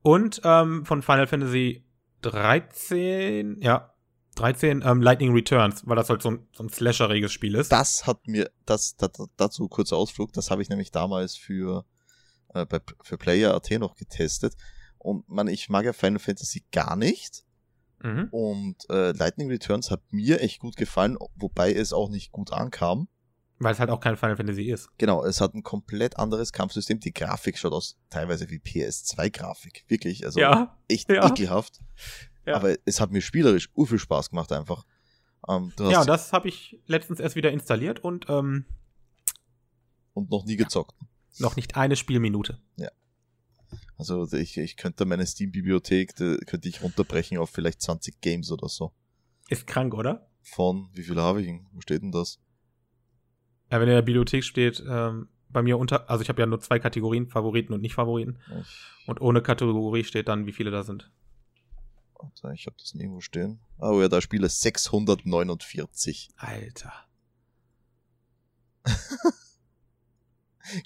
B: Und ähm, von Final Fantasy 13, ja, 13 ähm, Lightning Returns, weil das halt so ein, so ein slasheriges Spiel ist.
A: das hat mir, das, da- da- dazu kurzer Ausflug, das habe ich nämlich damals für, äh, bei, für Player.at noch getestet. Und man, ich mag ja Final Fantasy gar nicht.
B: Mhm.
A: Und äh, Lightning Returns hat mir echt gut gefallen, wobei es auch nicht gut ankam.
B: Weil es halt auch kein Final Fantasy ist.
A: Genau, es hat ein komplett anderes Kampfsystem. Die Grafik schaut aus teilweise wie PS2-Grafik. Wirklich, also
B: ja.
A: echt
B: Ja.
A: ekelhaft.
B: Ja.
A: Aber es hat mir spielerisch urviel Spaß gemacht einfach. Ähm, du hast
B: Ja, das habe ich letztens erst wieder installiert und ähm,
A: und noch nie gezockt.
B: noch nicht eine Spielminute.
A: Also ich, ich könnte meine Steam-Bibliothek, die könnte ich runterbrechen auf vielleicht 20 Games oder so.
B: Ist krank, oder?
A: Von, wie viele habe ich denn? Wo steht denn das?
B: Ja, wenn in der Bibliothek steht, ähm, bei mir unter, also ich habe ja nur zwei Kategorien, Favoriten und Nicht-Favoriten.
A: Ich,
B: Und ohne Kategorie steht dann, wie viele da sind.
A: warte, ich habe das nirgendwo stehen. Ah, Oh ja, da Spiele 649.
B: Alter.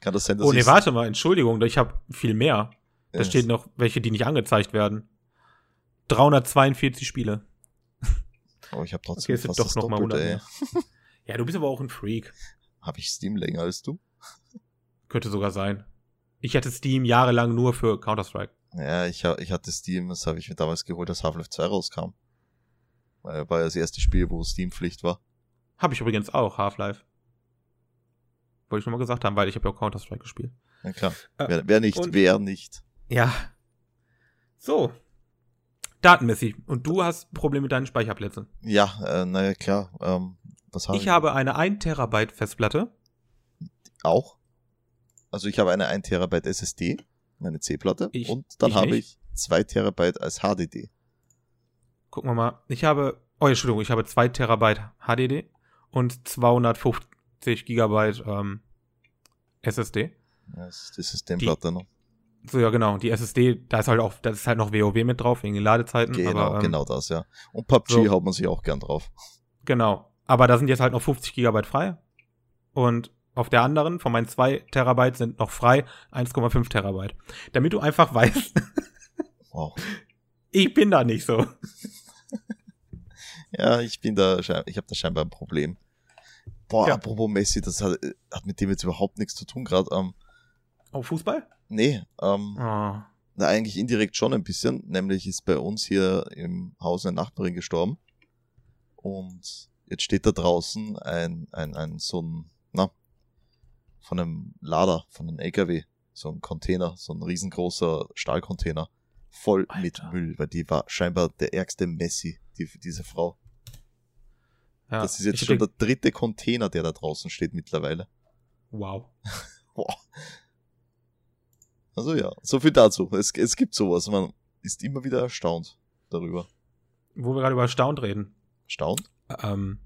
A: Kann das sein, dass
B: Oh, nee,
A: ich...
B: warte mal, Entschuldigung, ich habe viel mehr. Da
A: Ja,
B: stehen noch welche, die nicht angezeigt werden. 342 Spiele.
A: Aber Oh, ich habe
B: Okay,
A: trotzdem
B: es sind
A: fast
B: doch
A: das
B: nochmal 100
A: Doppelte, ey.
B: mehr. Ja, du bist aber auch ein Freak.
A: Habe ich Steam länger als du?
B: Könnte sogar sein. Ich hatte Steam jahrelang nur für Counter-Strike.
A: Ja, ich, ha- ich hatte Steam, das habe ich mir damals geholt, als Half-Life 2 rauskam. Weil- War ja das erste Spiel, wo Steam-Pflicht war.
B: Habe ich übrigens auch, Half-Life. Wollte ich nur mal gesagt haben, weil ich habe ja auch Counter-Strike gespielt.
A: Na klar.
B: Äh,
A: wer, wer nicht,
B: und-
A: wer nicht.
B: Ja. So. Datenmessi. Und du hast Probleme mit deinen Speicherplätzen.
A: Ja, äh, naja, klar. Ähm, was habe
B: Ich habe eine 1 Terabyte Festplatte.
A: auch. Also ich habe eine 1 Terabyte SSD, meine C-Platte.
B: Ich-
A: Und dann
B: ich
A: habe
B: nicht.
A: ich 2 Terabyte als HDD.
B: Gucken wir mal. Ich habe, oh, Entschuldigung, ich habe 2 Terabyte HDD und 250 Gigabyte ähm, SSD.
A: Das ist die Systemplatte noch.
B: So, ja, genau. Die SSD, da ist halt auch, da ist halt noch WoW mit drauf, wegen den Ladezeiten.
A: Genau,
B: aber, ähm,
A: genau das, ja. Und PUBG
B: so.
A: haut man sich auch gern drauf.
B: Genau. Aber da sind jetzt halt noch 50 Gigabyte frei. Und auf der anderen, von meinen 2 Terabyte sind noch frei 1,5 Terabyte. Damit du einfach weißt,
A: Wow.
B: ich bin da nicht so.
A: Ja, ich bin da, schein- ich habe da scheinbar ein Problem. Boah,
B: Ja.
A: apropos Messi, das hat, äh, hat mit dem jetzt überhaupt nichts zu tun gerade. Ähm,
B: Oh, Fußball?
A: nee, ähm,
B: Oh.
A: na, eigentlich indirekt schon ein bisschen. Nämlich ist bei uns hier im Haus eine Nachbarin gestorben. Und jetzt steht da draußen ein, ein, ein so ein, na, von einem Lader, von einem LKW, so ein Container, so ein riesengroßer Stahlcontainer, voll mit
B: Alter.
A: Müll, weil die war scheinbar der ärgste Messi, die, diese Frau.
B: Ja,
A: das ist jetzt
B: ich
A: schon
B: denk-
A: der dritte Container, der da draußen steht mittlerweile.
B: Wow.
A: Also ja, so viel dazu. Es, es gibt sowas. Man ist immer wieder erstaunt darüber.
B: Wo wir gerade über erstaunt reden.
A: Erstaunt?
B: Ähm,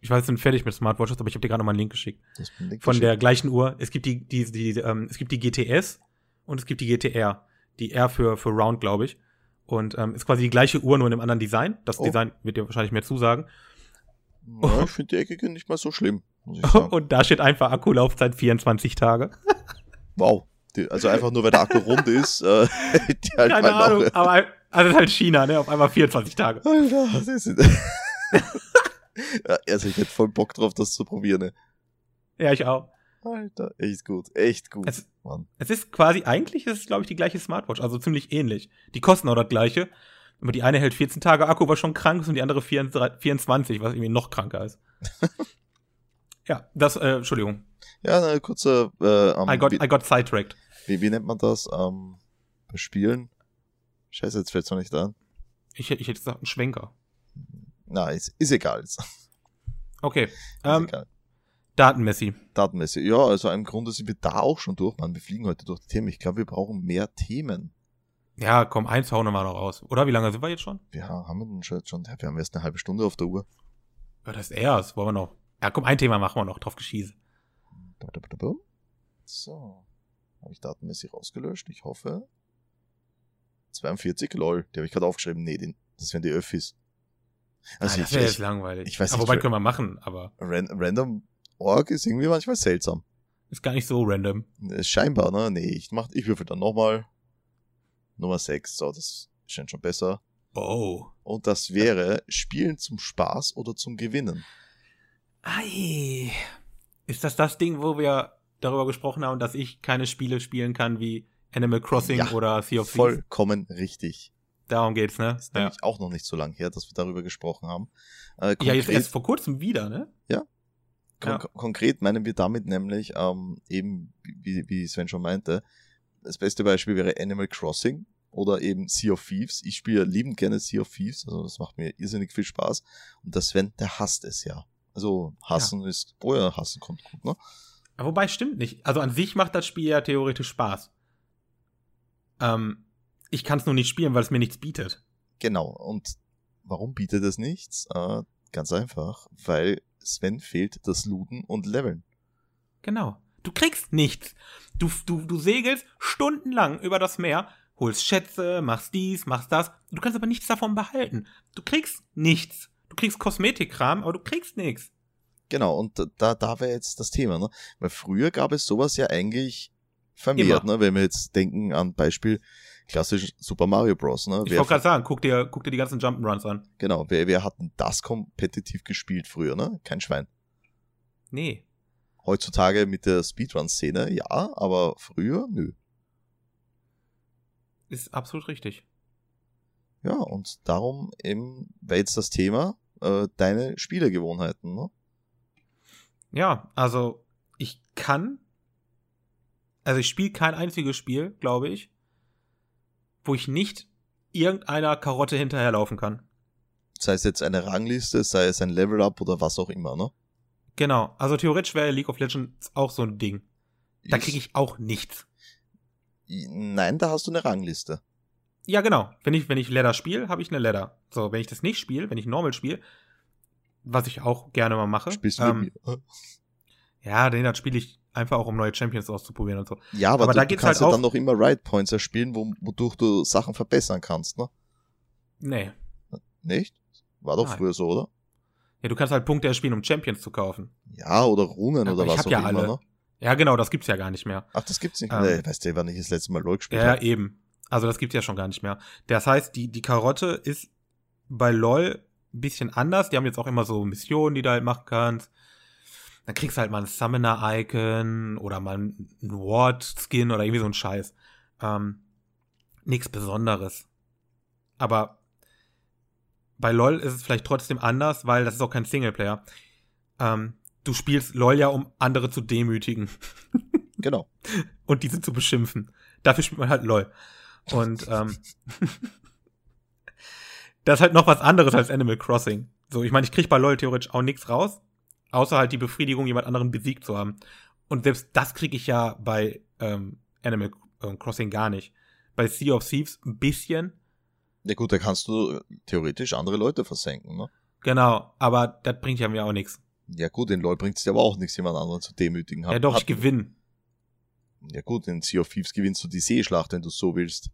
B: ich weiß, wir sind fertig mit Smartwatches, aber ich habe dir gerade noch mal einen Link geschickt.
A: Das bin ich
B: Von der gleichen Uhr. Es gibt die, die, die, ähm, es gibt die GTS und es gibt die GTR. Die R für, für Round, glaube ich. Und ähm, ist quasi die gleiche Uhr, nur in einem anderen Design. Das
A: Oh.
B: Design wird dir wahrscheinlich mehr zusagen. Oh.
A: Ja, ich finde die eckige nicht mal so schlimm, muss ich sagen.
B: Und da steht einfach Akkulaufzeit 24 Tage.
A: Wow. Die, also einfach nur, weil der Akku rund ist. Äh, die halt
B: Keine
A: mal noch-
B: Ahnung, aber ein- also das ist halt China, ne? Auf einmal 24 Tage.
A: Alter, was ist Ja, also ich hätte voll Bock drauf, das zu probieren. ey.
B: Ja, ich auch.
A: Alter, echt gut, echt gut.
B: Es-
A: Mann.
B: Es ist quasi, eigentlich ist es, glaube ich, die gleiche Smartwatch, also ziemlich ähnlich. Die kosten auch das gleiche. Aber die eine hält 14 Tage Akku, was schon krank ist, und die andere 24, 24, was irgendwie noch kranker ist. ja, das, äh, Entschuldigung.
A: Ja, na, kurzer, äh, ähm,
B: I got,
A: wie,
B: I got sidetracked.
A: wie, wie nennt man das? Ähm, bei Spielen? Scheiße, jetzt fällt's noch nicht an.
B: Ich, hätt- ich hätte gesagt, ein Schwenker.
A: Na, ist, ist egal. Ist, ist
B: Okay. Ähm,
A: egal.
B: Datenmessi.
A: Datenmesse. Ja, also im Grunde sind wir da auch schon durch, Mann. Wir fliegen heute durch die Themen. Ich glaube, wir brauchen mehr Themen.
B: Ja, komm, eins hauen wir mal noch raus. Oder wie lange sind wir jetzt schon?
A: Wir ha- haben wir denn schon, schon ja, wir haben erst eine halbe Stunde auf der Uhr.
B: Ja, das ist erst. Wollen wir noch. Ja, komm, ein Thema machen wir noch, drauf geschieße.
A: So. Habe ich datenmäßig rausgelöscht? Ich hoffe. 42, lol. Die habe ich gerade aufgeschrieben. Nee, den, das wären die Öffis. Also
B: ah, das
A: ich,
B: wäre jetzt
A: ich,
B: langweilig.
A: ich weiß
B: aber
A: nicht,
B: wobei
A: wer-
B: können wir machen, aber
A: ran, random Org ist irgendwie manchmal seltsam.
B: ist gar nicht so random.
A: Äh, Scheinbar, ne? Nee, ich mach, ich würfel dann nochmal. Nummer 6. So, das scheint schon besser.
B: Oh.
A: Und das wäre Spielen zum Spaß oder zum Gewinnen.
B: Ei. Ist das das Ding, wo wir darüber gesprochen haben, dass ich keine Spiele spielen kann wie Animal Crossing
A: Ja,
B: oder Sea of Thieves?
A: Vollkommen richtig.
B: Darum geht's, ne?
A: Ist
B: Ja.
A: nämlich auch noch nicht so lang her, dass wir darüber gesprochen haben. Äh,
B: ja, jetzt
A: konkret-
B: erst vor kurzem wieder, ne?
A: Kon
B: Ja.
A: Konkret meinen wir damit nämlich ähm, eben, wie, wie Sven schon meinte, das beste Beispiel wäre Animal Crossing oder eben Sea of Thieves. Ich spiele liebend gerne Sea of Thieves, also das macht mir irrsinnig viel Spaß. Und der Sven, der hasst es ja. Also hassen ist, oh ja, hassen kommt gut, ne?
B: Aber Wobei stimmt nicht. Also an sich macht das Spiel ja theoretisch Spaß. Ähm, ich kann es nur nicht spielen, weil es mir nichts bietet.
A: Genau. Und warum bietet es nichts? Äh, ganz einfach, weil Sven fehlt das Looten und Leveln.
B: Genau. Du kriegst nichts. Du, du, du segelst stundenlang über das Meer, holst Schätze, machst dies, machst das. Du kannst aber nichts davon behalten. Du kriegst nichts. Du kriegst Kosmetikkram, aber du kriegst nichts.
A: Genau, und da, da wäre jetzt das Thema, ne? Weil früher gab es sowas ja eigentlich vermehrt, ne? Wenn wir jetzt denken an Beispiel klassisch Super Mario Bros, ne?
B: Ich
A: Wer,
B: wollte gerade sagen, guck dir, guck dir die ganzen Jump'n'Runs an.
A: genau, wer, wer hat denn das kompetitiv gespielt früher, ne? Kein Schwein.
B: Nee.
A: Heutzutage mit der Speedrun-Szene, ja, aber früher, nö.
B: Ist absolut richtig.
A: Ja, und darum eben wäre jetzt das Thema äh, deine Spielegewohnheiten, ne?
B: Ja, also ich kann. Also ich spiele kein einziges Spiel, glaube ich, wo ich nicht irgendeiner Karotte hinterherlaufen kann.
A: Sei es jetzt eine Rangliste, sei es ein Level-Up oder was auch immer, ne?
B: Genau. Also theoretisch wäre League of Legends auch so ein Ding. Da kriege ich auch nichts.
A: Nein, da hast du eine Rangliste.
B: Ja, genau. Wenn ich, wenn ich Ladder spiele, habe ich eine Ladder. So, wenn ich das nicht spiele, wenn ich Normal spiele, was ich auch gerne mal mache. ähm,
A: Spielst du mit mir? Hm?
B: ja, den dann spiele ich einfach auch, um neue Champions auszuprobieren und so.
A: Ja, aber,
B: Aber
A: du,
B: da
A: du
B: geht's
A: kannst
B: halt
A: ja
B: auch-
A: dann noch immer Ride Points erspielen, wo, wodurch du Sachen verbessern kannst, ne?
B: Nee.
A: Nicht? War doch
B: Nein.
A: früher so, oder?
B: Ja, du kannst halt Punkte erspielen, um Champions zu kaufen.
A: Ja, oder Runen
B: Ja,
A: oder
B: ich
A: was
B: hab
A: auch
B: ja
A: immer,
B: alle.
A: ne?
B: Ja, genau, das gibt's ja gar nicht mehr.
A: Ach, das gibt's nicht
B: Ähm.
A: mehr. Weißt du, wann ich das letzte Mal LoL gespielt
B: Ja,
A: habe?
B: eben. Also das gibt's ja schon gar nicht mehr. Das heißt, die, die Karotte ist bei LOL ein bisschen anders. Die haben jetzt auch immer so Missionen, die du halt machen kannst. Dann kriegst du halt mal ein Summoner-Icon oder mal ein Ward-Skin oder irgendwie so ein Scheiß. Ähm, nichts Besonderes. Aber bei LOL ist es vielleicht trotzdem anders, weil das ist auch kein Singleplayer. Ähm, du spielst LOL ja, um andere zu demütigen
A: Genau.
B: und diese zu beschimpfen. Dafür spielt man halt LOL. Und ähm, das ist halt noch was anderes als Animal Crossing. So, ich meine, ich krieg bei LOL theoretisch auch nichts raus, außer halt die Befriedigung, jemand anderen besiegt zu haben. Und selbst das kriege ich ja bei ähm, Animal ähm, Crossing gar nicht. Bei Sea of Thieves ein bisschen,
A: Ja gut, da kannst du theoretisch andere Leute versenken, ne?
B: genau, aber das bringt ja mir auch nichts.
A: Ja gut, in LoL bringt's dir aber auch nichts, jemand anderen zu demütigen. Hat-
B: Ja doch,
A: hat-
B: ich gewinne.
A: Ja gut, in Sea of Thieves gewinnst du die Seeschlacht, wenn du so willst.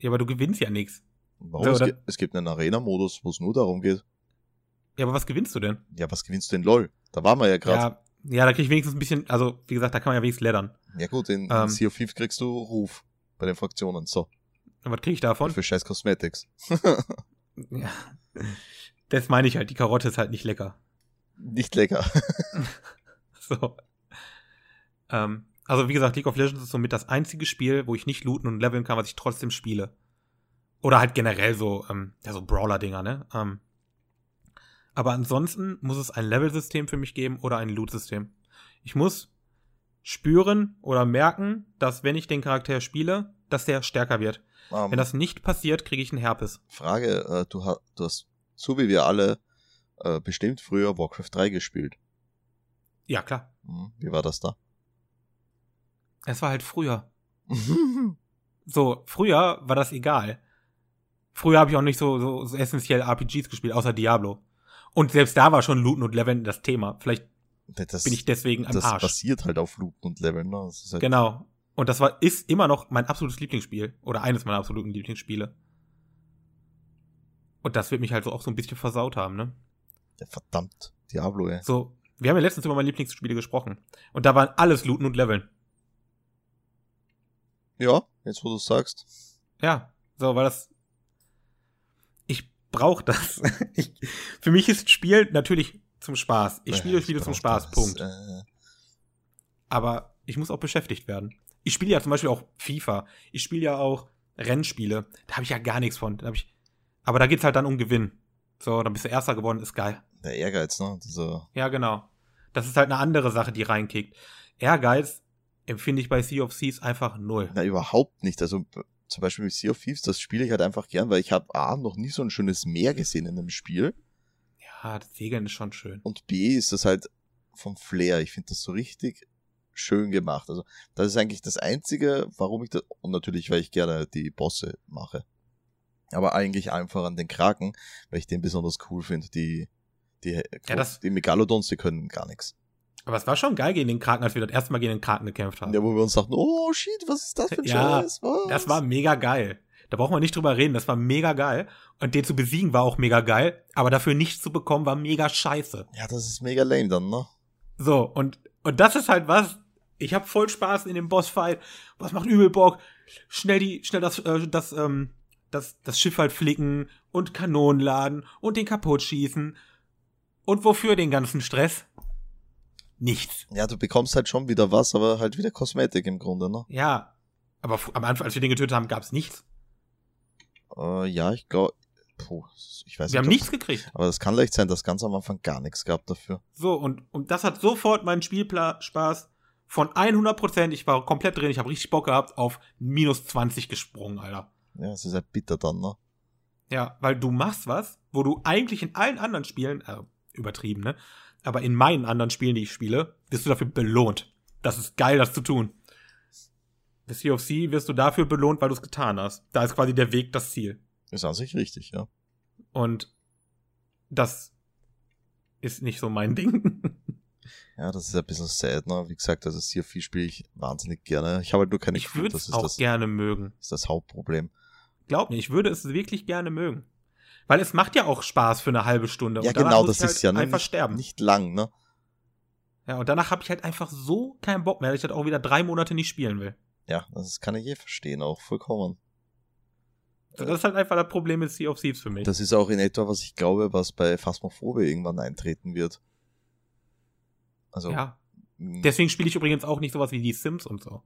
B: Ja, aber du gewinnst ja nichts.
A: Warum?
B: Ja,
A: es,
B: oder-
A: gibt, es gibt einen Arena-Modus, wo es nur darum geht.
B: Ja, aber was gewinnst du denn?
A: Ja, was gewinnst du in LoL? Da waren wir ja gerade.
B: Ja, ja, da krieg ich wenigstens ein bisschen, also wie gesagt, da kann man ja wenigstens leddern.
A: Ja. gut, in, in
B: Ähm.
A: Sea of Thieves kriegst du Ruf bei den Fraktionen. So.
B: Und was krieg ich davon?
A: Für scheiß Cosmetics.
B: Ja. Das meine ich halt, die Karotte ist halt nicht lecker.
A: Nicht lecker.
B: So. Ähm, also wie gesagt, League of Legends ist somit das einzige Spiel, wo ich nicht looten und leveln kann, was ich trotzdem spiele. Oder halt generell so, ähm, ja, so Brawler-Dinger, ne? Ähm, aber ansonsten muss es ein Level-System für mich geben oder ein Loot-System. Ich muss spüren oder merken, dass wenn ich den Charakter spiele, dass der stärker wird.
A: Ähm,
B: Wenn das nicht passiert, kriege ich einen Herpes.
A: Frage, äh, du, ha du hast, so wie wir alle, äh, bestimmt früher Warcraft 3 gespielt.
B: Ja, klar.
A: Hm, wie war das da?
B: Es war halt früher. So, früher war das egal. Früher habe ich auch nicht so, so, so essentiell RPGs gespielt, außer Diablo. Und selbst da war schon Looten und Leveln das Thema. Vielleicht
A: das
B: bin ich deswegen am
A: das
B: Arsch.
A: basiert halt auf Looten und Leveln. Ne? Das ist halt,
B: Genau. Und das war, ist immer noch mein absolutes Lieblingsspiel. Oder eines meiner absoluten Lieblingsspiele. Und das wird mich halt so auch so ein bisschen versaut haben, ne?
A: ja, verdammt, Diablo, ey.
B: So, wir haben ja letztens über meine Lieblingsspiele gesprochen. Und da waren alles Looten und Leveln.
A: Ja, jetzt wo du sagst.
B: Ja, so, weil das. Ich brauche das. Ich, für mich ist Spiel natürlich zum Spaß. Ich spiele Spiele zum
A: brauch
B: Spaß,
A: das,
B: Punkt.
A: Äh,
B: Aber ich muss auch beschäftigt werden. Ich spiele ja zum Beispiel auch FIFA. Ich spiele ja auch Rennspiele. Da habe ich ja gar nichts von. Da hab ich, aber da geht's halt dann um Gewinn. So, dann bist du Erster geworden, ist geil.
A: der Ehrgeiz, ne? Dieser,
B: Ja, genau. Das ist halt eine andere Sache, die reinkickt. Ehrgeiz empfinde ich bei Sea of Thieves einfach null.
A: Na, überhaupt nicht. Also zum Beispiel mit Sea of Thieves, das spiele ich halt einfach gern, weil ich habe A, noch nie so ein schönes Meer gesehen in einem Spiel.
B: Ja, das Segeln ist schon schön.
A: Und B, ist das halt vom Flair. Ich finde das so richtig schön gemacht. Also das ist eigentlich das Einzige, warum ich das... Und natürlich, weil ich gerne die Bosse mache. Aber eigentlich einfach an den Kraken, weil ich den besonders cool finde. Die, die,
B: Ja, das-
A: die Megalodons, die können gar nichts.
B: Aber es war schon geil gegen den Kraken, als wir das erste Mal gegen den Kraken gekämpft haben.
A: Ja, wo wir uns dachten, oh shit, was ist das für ein
B: Ja,
A: Scheiß? Was?
B: Das war mega geil. Da brauchen wir nicht drüber reden, das war mega geil. Und den zu besiegen war auch mega geil, aber dafür nichts zu bekommen war mega scheiße.
A: Ja, das ist mega lame dann, ne?
B: So, und, und das ist halt was. Ich hab voll Spaß in dem Bossfight. Was macht übel Bock? Schnell die, schnell das, äh, das, ähm, das, das Schiff halt flicken und Kanonen laden und den kaputt schießen. Und wofür den ganzen Stress? Nichts.
A: Ja, du bekommst halt schon wieder was, aber halt wieder Kosmetik im Grunde, ne?
B: Ja. Aber f- am Anfang, als wir den getötet haben, gab's nichts.
A: Äh, ja, ich glaube, puh, ich weiß
B: Wir haben
A: ob-
B: nichts gekriegt.
A: Aber das kann leicht sein, dass ganz am Anfang gar nichts gab dafür.
B: So, und, und das hat sofort meinen Spielspaß von 100%, ich war komplett drin, ich habe richtig Bock gehabt, auf minus 20 gesprungen, Alter.
A: Ja, es ist halt bitter dann, ne?
B: Ja, weil du machst was, wo du eigentlich in allen anderen Spielen, äh, übertrieben, ne? Aber in meinen anderen Spielen, die ich spiele, wirst du dafür belohnt. Das ist geil, das zu tun. Bei Sea of Sea wirst du dafür belohnt, weil du es getan hast. Da ist quasi der Weg das Ziel.
A: Ist an sich richtig, ja.
B: Und das ist nicht so mein Ding.
A: Ja, das ist ein bisschen sad, ne? Wie gesagt, also Sea of Thieves spiele ich wahnsinnig gerne. Ich habe halt nur keine
B: ich
A: Crew,
B: würde
A: das
B: es
A: ist
B: auch
A: das,
B: gerne mögen.
A: ist das Hauptproblem.
B: Glaub mir, ich würde es wirklich gerne mögen. Weil es macht ja auch Spaß für eine halbe Stunde.
A: Ja,
B: danach
A: genau, das
B: muss ich halt
A: ist ja ne?
B: einfach
A: nicht,
B: sterben.
A: nicht lang, ne?
B: Ja, und danach habe ich halt einfach so keinen Bock mehr, dass ich das auch wieder drei Monate nicht spielen will.
A: Ja, das kann ich eh verstehen, auch vollkommen.
B: So, das ist halt einfach das Problem mit Sea of Thieves für mich.
A: Das ist auch in etwa, was ich glaube, was bei Phasmophobie irgendwann eintreten wird. Also,
B: Ja.
A: mh,
B: Deswegen spiele ich übrigens auch nicht sowas wie die Sims und so.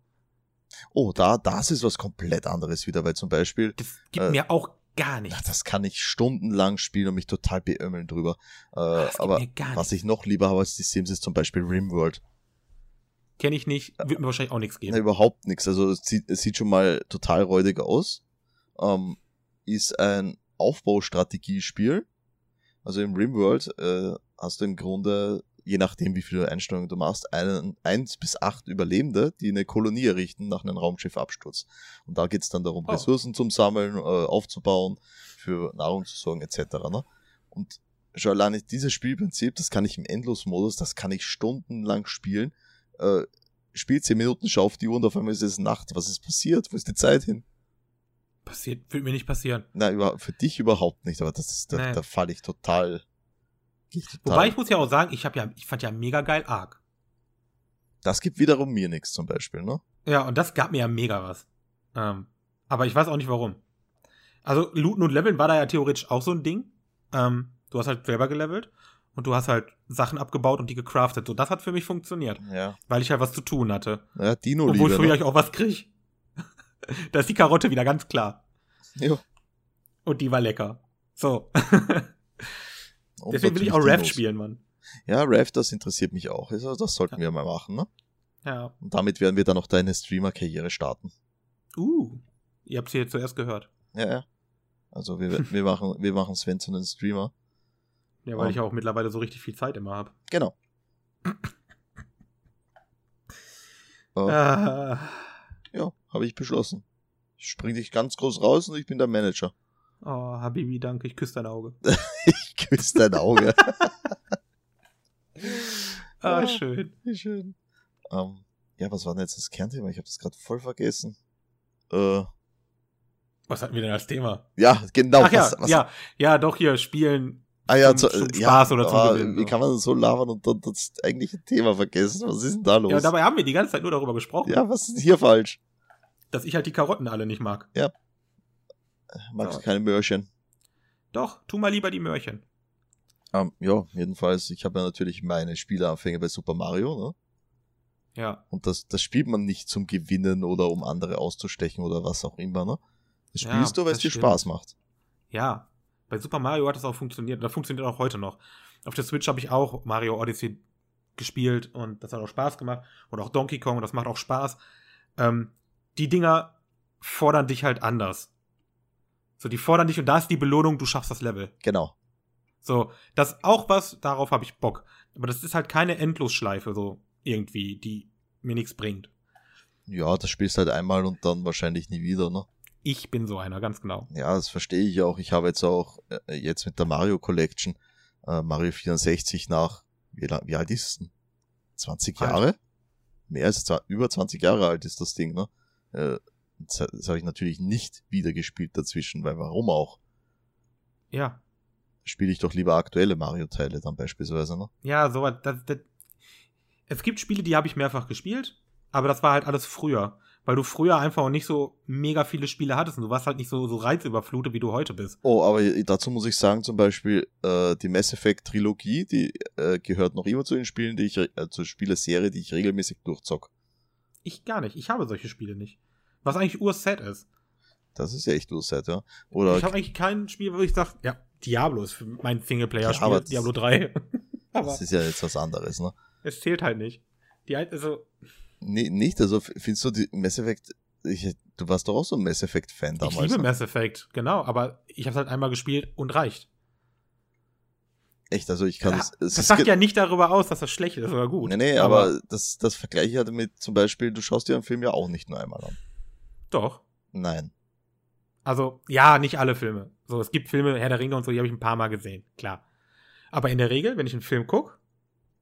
A: oh, da, das ist was komplett anderes wieder, weil zum Beispiel
B: Das gibt
A: Äh,
B: mir auch gar
A: Na,
B: nichts.
A: das kann ich stundenlang spielen und mich total beömmeln drüber. Äh,
B: Das gibt
A: aber
B: mir gar
A: was ich
B: nichts.
A: noch lieber habe als die Sims ist zum Beispiel Rimworld.
B: Kenne ich nicht, wird mir wahrscheinlich auch nichts
A: Na,
B: geben.
A: überhaupt nichts. Also es sieht, es sieht schon mal total räudig aus. Ähm, ist ein Aufbaustrategiespiel. Also im Rimworld äh, hast du im Grunde, je nachdem wie viele Einstellungen du machst, einen eins bis acht Überlebende, die eine Kolonie errichten nach einem Raumschiffabsturz. Und da geht's dann darum,
B: Oh.
A: Ressourcen zum Sammeln, äh, aufzubauen, für Nahrung zu sorgen etc. Ne? Und schon alleine dieses Spielprinzip, das kann ich im Endlosmodus, das kann ich stundenlang spielen. Äh, spiel 10 Minuten, schau auf die Uhr und auf einmal ist es Nacht. Was ist passiert? Wo ist die Zeit hin?
B: Passiert, wird mir nicht passieren.
A: Na, über, für dich überhaupt nicht, aber das ist, da,
B: Nee.
A: da falle ich total. geh ich total.
B: Wobei ich muss ja auch sagen, ich habe ja, ich fand ja mega geil Ark.
A: das gibt wiederum mir nichts zum Beispiel, ne?
B: Ja, und das gab mir ja mega was. Ähm, aber ich weiß auch nicht warum. Also Looten und Leveln war da ja theoretisch auch so ein Ding. Ähm, du hast halt selber gelevelt und du hast halt Sachen abgebaut und die gecraftet. So, das hat für mich funktioniert,
A: Ja.
B: weil ich halt was zu tun hatte.
A: Ja,
B: Obwohl ich
A: Dino-Liebe.
B: früher
A: Ne?
B: ich auch was krieg. da ist die Karotte wieder ganz klar.
A: ne? Ja.
B: Und die war lecker. So.
A: Oh, Und
B: Deswegen will ich
A: natürlich
B: auch Raft
A: Dinos.
B: spielen, Mann.
A: Ja, Raft, das interessiert mich auch. Also, das sollten wir mal machen, ne?
B: Ja.
A: Und damit werden wir dann auch deine Streamer-Karriere starten.
B: Uh. Ihr habt hier zuerst gehört.
A: Ja, ja. Also wir, wir, machen, wir machen Sven zu einem Streamer.
B: Ja, weil
A: Oh.
B: ich ja auch mittlerweile so richtig viel Zeit immer habe.
A: Genau. Oh.
B: Ah.
A: Ja, habe ich beschlossen. Ich spring dich ganz groß raus und ich bin der Manager.
B: Oh, Habibi, danke, ich küsse dein Auge.
A: Ich küsse dein Auge.
B: Ah,
A: Ja.
B: schön.
A: Wie schön. Ähm, ja, was war denn jetzt das Kernthema? Ich habe das gerade voll vergessen. Äh,
B: Was hatten wir denn als Thema?
A: ja, genau.
B: Ach
A: was,
B: ja,
A: was,
B: ja, ja, doch hier spielen.
A: Ah, ja,
B: zum-
A: zu-
B: zum
A: äh,
B: Spaß oder zum
A: aber
B: Gewinn,
A: Wie
B: so.
A: kann man so labern und dann das eigentliche Thema vergessen? Was ist denn da los?
B: Ja, dabei haben wir die ganze Zeit nur darüber gesprochen,
A: ja, was ist hier falsch?
B: dass ich halt die Karotten alle nicht mag.
A: Magst
B: Ja.
A: du keine Möhrchen?
B: Doch, tu mal lieber die Möhrchen.
A: Ähm, ja, jedenfalls, ich habe ja natürlich meine Spieleanfänge bei Super Mario, ne?
B: Ja,
A: Und das, das spielt man nicht zum Gewinnen oder um andere auszustechen oder was auch immer, ne? Das
B: Ja,
A: spielst du, weil es
B: das
A: dir
B: stimmt.
A: Spaß macht.
B: ja. Bei Super Mario hat das auch funktioniert. und Das funktioniert auch heute noch. Auf der Switch habe ich auch Mario Odyssey gespielt und das hat auch Spaß gemacht. Und auch Donkey Kong und das macht auch Spaß. Ähm, die Dinger fordern dich halt anders. So, die fordern dich und da ist die Belohnung, du schaffst das Level.
A: Genau.
B: So, das ist auch was, darauf habe ich Bock. Aber das ist halt keine Endlosschleife, so irgendwie, die mir nichts bringt.
A: Ja, das spielst halt einmal und dann wahrscheinlich nie wieder, ne?
B: Ich bin so einer, ganz genau.
A: Ja, das verstehe ich auch. Ich habe jetzt auch äh, jetzt mit der Mario Collection äh, Mario 64 nach, wie, lang, wie alt ist es denn? 20
B: Alt.
A: Jahre? Mehr als zwa- über 20 Jahre alt ist das Ding, ne? Äh, das das habe ich natürlich nicht wieder gespielt dazwischen, weil warum auch?
B: Ja,
A: Spiele ich doch lieber aktuelle Mario-Teile dann beispielsweise, ne?
B: ja, so was. Das, das. Es gibt Spiele, die habe ich mehrfach gespielt, aber das war halt alles früher. Weil du früher einfach auch nicht so mega viele Spiele hattest und du warst halt nicht so, so reizüberflutet, wie du heute bist.
A: Oh, aber dazu muss ich sagen, zum Beispiel äh, die Mass Effect Trilogie, die äh, gehört noch immer zu den Spielen, die ich re- äh, zur Spieleserie, die ich regelmäßig durchzock.
B: Ich gar nicht. Ich habe solche Spiele nicht. Was eigentlich ursad ist.
A: Das ist ja echt Urzeit, ja. Oder
B: Ich habe eigentlich kein Spiel, wo ich sage, ja, Diablo ist für mein
A: Ja, aber
B: Singleplayer-Spiel,
A: das-
B: Diablo 3. aber
A: das ist ja jetzt was anderes, ne?
B: es zählt halt nicht. Die ein, also,
A: Nee, nicht, also f- findest du die Mass Effect, ich, du warst doch auch so ein Mass Effect Fan damals.
B: ich liebe
A: ne?
B: Mass Effect, genau, aber ich habe es halt einmal gespielt und reicht.
A: Echt, also ich kann
B: Ja,
A: es. es
B: Das
A: ist
B: sagt
A: ge-
B: ja nicht darüber aus, dass das schlecht ist oder gut.
A: Nee, nee, aber, das, das vergleiche ich halt mit zum Beispiel, du schaust dir einen Film ja auch nicht nur einmal an.
B: Doch.
A: Nein.
B: Also, ja, nicht alle Filme. So, es gibt Filme, Herr der Ringe und so, die habe ich ein paar Mal gesehen, klar. Aber in der Regel, wenn ich einen Film gucke,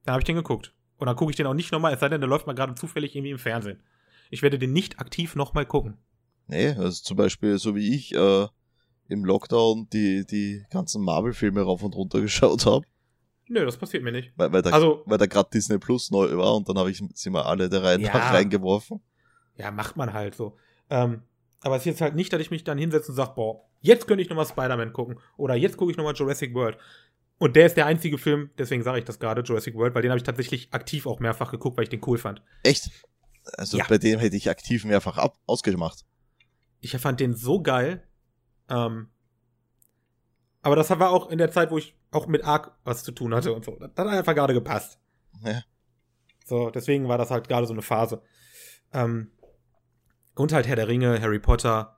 B: dann habe ich den geguckt. Und dann gucke ich den auch nicht nochmal, es sei denn, der läuft mal gerade zufällig irgendwie im Fernsehen. Ich werde den nicht aktiv nochmal gucken.
A: Nee, also zum Beispiel, so wie ich äh, im Lockdown die, die ganzen Marvel-Filme rauf und runter geschaut habe,
B: Nö, das passiert mir nicht.
A: weil, weil da,
B: Also,
A: weil da gerade Disney Plus neu war und dann habe ich sie mal alle der Reihe nach
B: Ja.
A: reingeworfen.
B: ja, macht man halt so. Ähm, aber es ist jetzt halt nicht, dass ich mich dann hinsetze und sage, boah, jetzt könnte ich nochmal Spider-Man gucken. Oder jetzt gucke ich nochmal Jurassic World. Und der ist der einzige Film, deswegen sage ich das gerade, Jurassic World, weil den habe ich tatsächlich aktiv auch mehrfach geguckt, weil ich den cool fand.
A: Echt? Also
B: Ja.
A: bei dem hätte ich aktiv mehrfach ab ausgemacht.
B: ich fand den so geil. Ähm, aber das war auch in der Zeit, wo ich auch mit Ark was zu tun hatte und so. Das hat einfach gerade gepasst.
A: Ja.
B: So, deswegen war das halt gerade so eine Phase. Ähm, und halt Herr der Ringe, Harry Potter,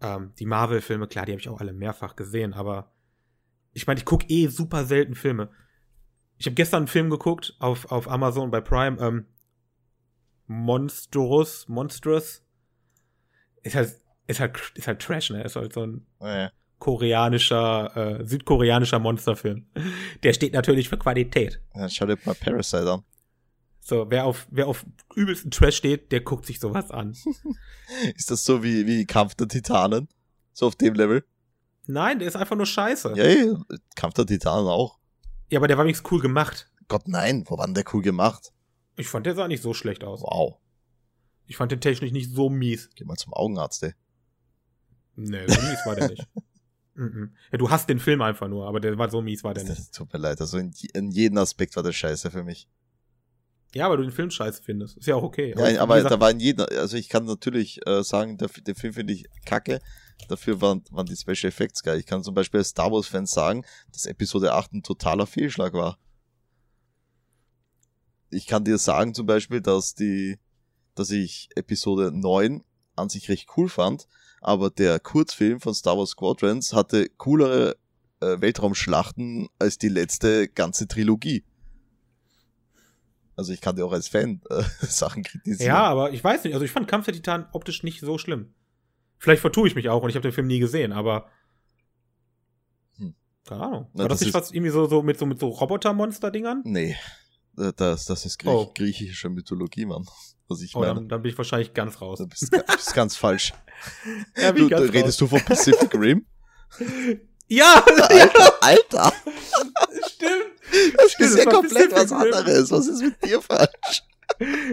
B: ähm, die Marvel-Filme, klar, die habe ich auch alle mehrfach gesehen, aber ich meine, ich gucke eh super selten Filme. Ich habe gestern einen Film geguckt auf, auf Amazon bei Prime, ähm, Monstrous, Monstrous. Ist halt, ist halt, ist halt Trash, ne? Ist halt so ein
A: Äh,
B: koreanischer, äh, südkoreanischer Monsterfilm. Der steht natürlich für Qualität.
A: dann schau dir mal Parasite an.
B: So, wer auf, wer auf übelsten Trash steht, der guckt sich sowas an.
A: Ist das so wie, wie Kampf der Titanen? So auf dem Level?
B: Nein, der ist einfach nur scheiße.
A: Ja, ja, Kampf der Titanen auch.
B: Ja, aber der war wenigstens cool gemacht.
A: Gott nein, wo war denn der cool gemacht?
B: Ich fand, der sah nicht so schlecht aus.
A: Wow.
B: Ich fand den technisch nicht so mies.
A: Geh mal zum Augenarzt, ey.
B: Nee, so mies war der nicht. Mhm. Ja, du hast den Film einfach nur, aber der war so mies war der nicht.
A: Das tut mir leid. Also in, je- in jedem Aspekt war das scheiße für mich.
B: Ja, weil du den Film scheiße findest. Ist ja auch okay.
A: Ja,
B: wie
A: aber
B: gesagt,
A: da war in jedem, also ich kann natürlich äh, sagen, der, F- den Film finde ich kacke. Dafür waren, waren die Special Effects geil. Ich kann zum Beispiel als Star Wars-Fan sagen, dass Episode 8 ein totaler Fehlschlag war. Ich kann dir sagen zum Beispiel, dass die, dass ich Episode 9 an sich recht cool fand, aber der Kurzfilm von Star Wars Squadrons hatte coolere äh, Weltraumschlachten als die letzte ganze Trilogie. Also ich kann dir auch als Fan äh, Sachen kritisieren.
B: Ja, aber ich weiß nicht. Also ich fand Kampf der Titanen optisch nicht so schlimm. Vielleicht vertue ich mich auch und ich habe den Film nie gesehen, aber.
A: Hm.
B: Keine Ahnung.
A: Na,
B: War das,
A: das
B: nicht
A: ist-
B: was irgendwie so, so mit so, mit so Roboter-Monster-Dingern?
A: Nee, Äh, das, das ist Griech
B: Oh.
A: griechische Mythologie, Mann. Was ich
B: Oh,
A: meine. Äh,
B: dann, dann bin ich wahrscheinlich ganz raus.
A: Du bist, ga- bist ganz falsch.
B: Ja, bin
A: Du,
B: ich
A: du,
B: ganz
A: redest du von Pacific Rim?
B: Ja,
A: Alter, Alter,
B: stimmt.
A: das ist
B: Stimmt, das
A: ja
B: war
A: komplett was
B: Pacific Rim.
A: anderes. Was ist mit dir falsch?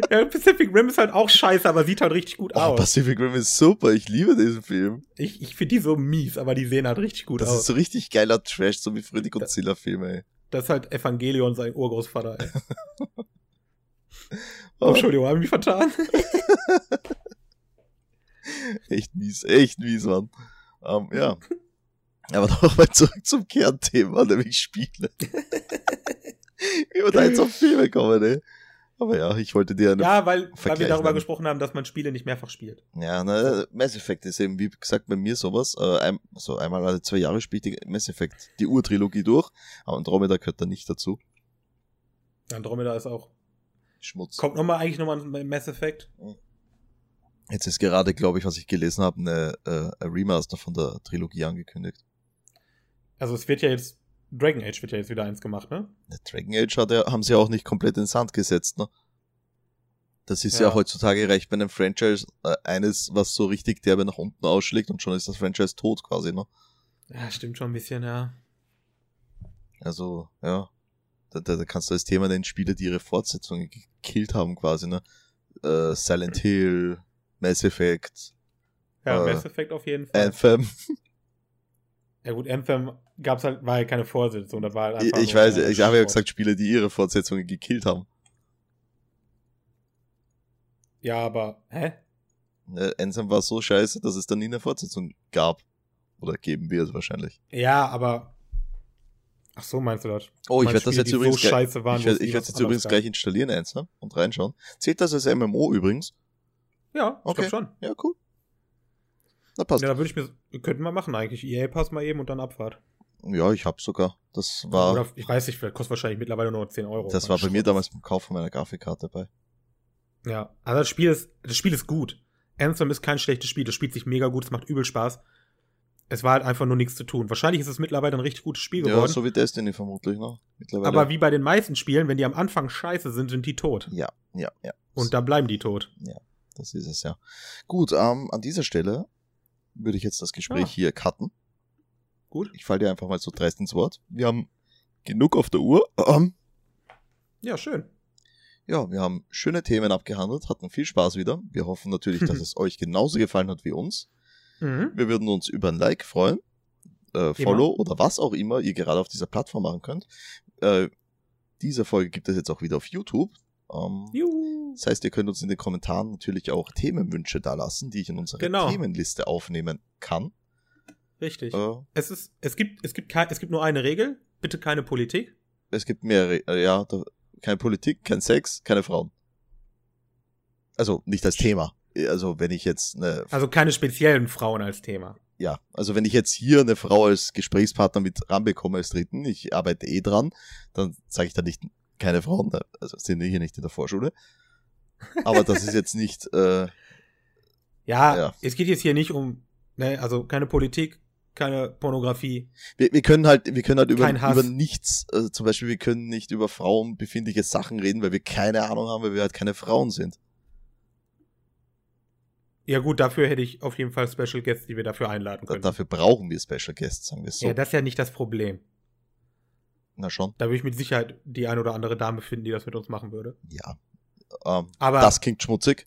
B: Ja, Pacific Rim ist halt auch scheiße, aber sieht halt richtig gut
A: Oh,
B: aus.
A: Pacific Rim ist super. Ich liebe diesen Film.
B: Ich, ich finde die so mies, aber die sehen halt richtig gut
A: Das
B: aus.
A: ist so richtig geiler Trash, so wie früher die Godzilla-Filme. ey.
B: das ist halt Evangelion, sein Urgroßvater. Ey. Oh,
A: Oh,
B: Entschuldigung, habe ich mich vertan?
A: echt mies, echt mies, Mann. Ähm, ja. Aber nochmal zurück zum Kernthema, nämlich Spiele. Wie wir da jetzt auf Filme kommen, ey. Aber ja, ich wollte dir eine.
B: Ja, weil, weil wir
A: Vergleich
B: darüber
A: dann.
B: gesprochen haben, dass man Spiele nicht mehrfach spielt.
A: Ja, ne, Mass Effect ist eben, wie gesagt, bei mir sowas. Äh, ein, so einmal alle zwei Jahre spiele ich die Mass Effect, die Urtrilogie durch. Aber Andromeda gehört da nicht dazu.
B: Andromeda ist auch.
A: Schmutz.
B: Kommt nochmal eigentlich nochmal ein Mass Effect.
A: Jetzt ist gerade, glaube ich, was ich gelesen habe, eine äh, ein Remaster von der Trilogie angekündigt.
B: Also es wird ja jetzt. Dragon Age wird ja jetzt wieder eins gemacht, ne?
A: Ne, Dragon Age hat, ja- haben sie ja auch nicht komplett in den Sand gesetzt, ne? Das ist ja,
B: Ja.
A: heutzutage recht bei einem Franchise äh, eines, was so richtig derbe nach unten ausschlägt und schon ist das Franchise tot quasi, ne?
B: Ja, stimmt schon ein bisschen, ja.
A: Also, ja. Da, da, da kannst du als Thema den Spieler, die ihre Fortsetzungen gekillt haben, quasi, ne? Äh, Silent Hill, Mass Effect,
B: Ja,
A: Äh,
B: Mass Effect auf jeden Fall.
A: Anthem.
B: ja gut, Anthem gab's halt, war halt keine Vorsitzung, das war halt
A: Ich,
B: einfach
A: ich
B: nur
A: weiß,
B: ein
A: ich habe ja
B: Sport.
A: gesagt, Spieler, die ihre Fortsetzungen gekillt haben.
B: Ja, aber, hä?
A: Ne, Anthem war so scheiße, dass es dann nie eine Fortsetzung gab. Oder geben wird wahrscheinlich.
B: Ja, aber. Ach so, meinst du das?
A: Oh, ich werde
B: Meinst
A: das
B: Spiele,
A: jetzt
B: die
A: übrigens
B: so
A: gleich,
B: scheiße waren,
A: ich
B: wo es eh
A: werde ich
B: nie
A: werd
B: was
A: jetzt
B: anderes
A: übrigens
B: gab.
A: gleich installieren, eins, ne? Und reinschauen. Zählt das als MMO übrigens?
B: Ja, ich
A: Okay.
B: glaub schon.
A: Ja, cool. Na, passt.
B: Ja,
A: Ja,
B: da würde ich mir, könnten wir machen eigentlich. EA passt mal eben und dann Abfahrt.
A: ich habe sogar. Das war,
B: Oder ich weiß nicht, kostet wahrscheinlich mittlerweile nur 10 Euro.
A: das war bei mir damals beim Kauf von meiner Grafikkarte dabei.
B: Ja, also das Spiel ist, das Spiel ist gut. Anthem ist kein schlechtes Spiel. Das spielt sich mega gut, es macht übel Spaß. Es war halt einfach nur nichts zu tun. Wahrscheinlich ist es mittlerweile ein richtig gutes Spiel
A: Ja,
B: geworden.
A: so wie Destiny vermutlich, ne? Mittlerweile.
B: aber wie bei den meisten Spielen, wenn die am Anfang scheiße sind, sind die tot.
A: ja, ja, ja.
B: Und da bleiben die tot.
A: Das ist es, ja. Gut, ähm, an dieser Stelle würde ich jetzt das Gespräch
B: Ah.
A: hier cutten.
B: Gut.
A: Ich falle dir einfach mal so dreist ins Wort. Wir haben genug auf der Uhr. Ähm,
B: Ja, schön.
A: ja, wir haben schöne Themen abgehandelt, hatten viel Spaß wieder. Wir hoffen natürlich, dass es euch genauso gefallen hat wie uns.
B: Mhm.
A: Wir würden uns über ein Like freuen, äh, Follow oder was auch immer ihr gerade auf dieser Plattform machen könnt. Äh, diese Folge gibt es jetzt auch wieder auf YouTube. Ähm,
B: Juhu.
A: Das heißt, ihr könnt uns in den Kommentaren natürlich auch Themenwünsche da lassen, die ich in unsere
B: Genau.
A: Themenliste aufnehmen kann.
B: Richtig.
A: Äh,
B: Es ist, es gibt, es gibt kein, es gibt nur eine Regel. Bitte keine Politik.
A: es gibt mehrere, äh, ja, da, keine Politik, kein Sex, keine Frauen. Also nicht als Thema. Äh, Also wenn ich jetzt eine,
B: Also keine speziellen Frauen als Thema.
A: ja, also wenn ich jetzt hier eine Frau als Gesprächspartner mit ranbekomme als Dritten, ich arbeite eh dran, dann sage ich da nicht keine Frauen, ne? also sind wir hier nicht in der Vorschule. Aber das ist jetzt nicht, äh,
B: Ja,
A: Ja.
B: es geht jetzt hier nicht um, ne, also keine Politik, keine Pornografie.
A: Wir, wir können halt, wir können halt über,
B: Kein Hass.
A: über nichts, also zum Beispiel, wir können nicht über Frauen befindliche Sachen reden, weil wir keine Ahnung haben, weil wir halt keine Frauen sind.
B: Ja gut, dafür hätte ich auf jeden Fall Special Guests, die wir dafür einladen
A: Da,
B: können.
A: dafür brauchen wir Special Guests, sagen wir es so.
B: Ja, das ist ja nicht das Problem.
A: Na schon,
B: Da würde ich mit Sicherheit die ein oder andere Dame finden, die das mit uns machen würde.
A: ja. Ähm,
B: Aber
A: das klingt schmutzig.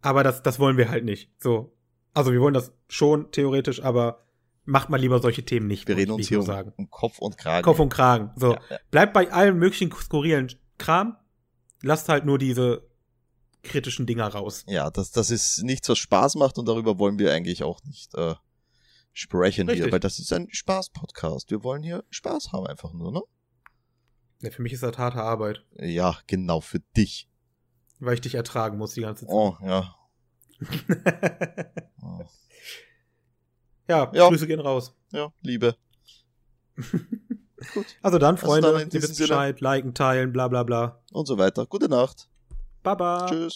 B: Aber das, das wollen wir halt nicht. So. Also wir wollen das schon theoretisch, aber macht mal lieber solche Themen nicht.
A: Wir
B: muss
A: reden
B: ich
A: uns hier
B: nur
A: um,
B: sagen.
A: um Kopf und Kragen.
B: Kopf und Kragen. So.
A: ja, ja.
B: Bleibt bei allen möglichen skurrilen Kram. Lasst halt nur diese kritischen Dinger raus.
A: ja das, das ist nichts, was Spaß macht und darüber wollen wir eigentlich auch nicht äh, sprechen hier,
B: Richtig.
A: weil das ist ein Spaß-Podcast. Wir wollen hier Spaß haben einfach nur, ne?
B: Ja, für mich ist das harte Arbeit,
A: Ja, genau, für dich.
B: weil ich dich ertragen muss die ganze Zeit.
A: Oh, ja. Oh.
B: ja,
A: Ja.
B: Grüße gehen raus.
A: Ja, Liebe.
B: Also dann,
A: Also
B: Freunde,
A: dann in
B: ihr
A: diesem
B: wisst
A: Sinne.
B: Bescheid, liken, teilen, bla bla bla.
A: und so weiter. Gute Nacht.
B: Baba.
A: Tschüss.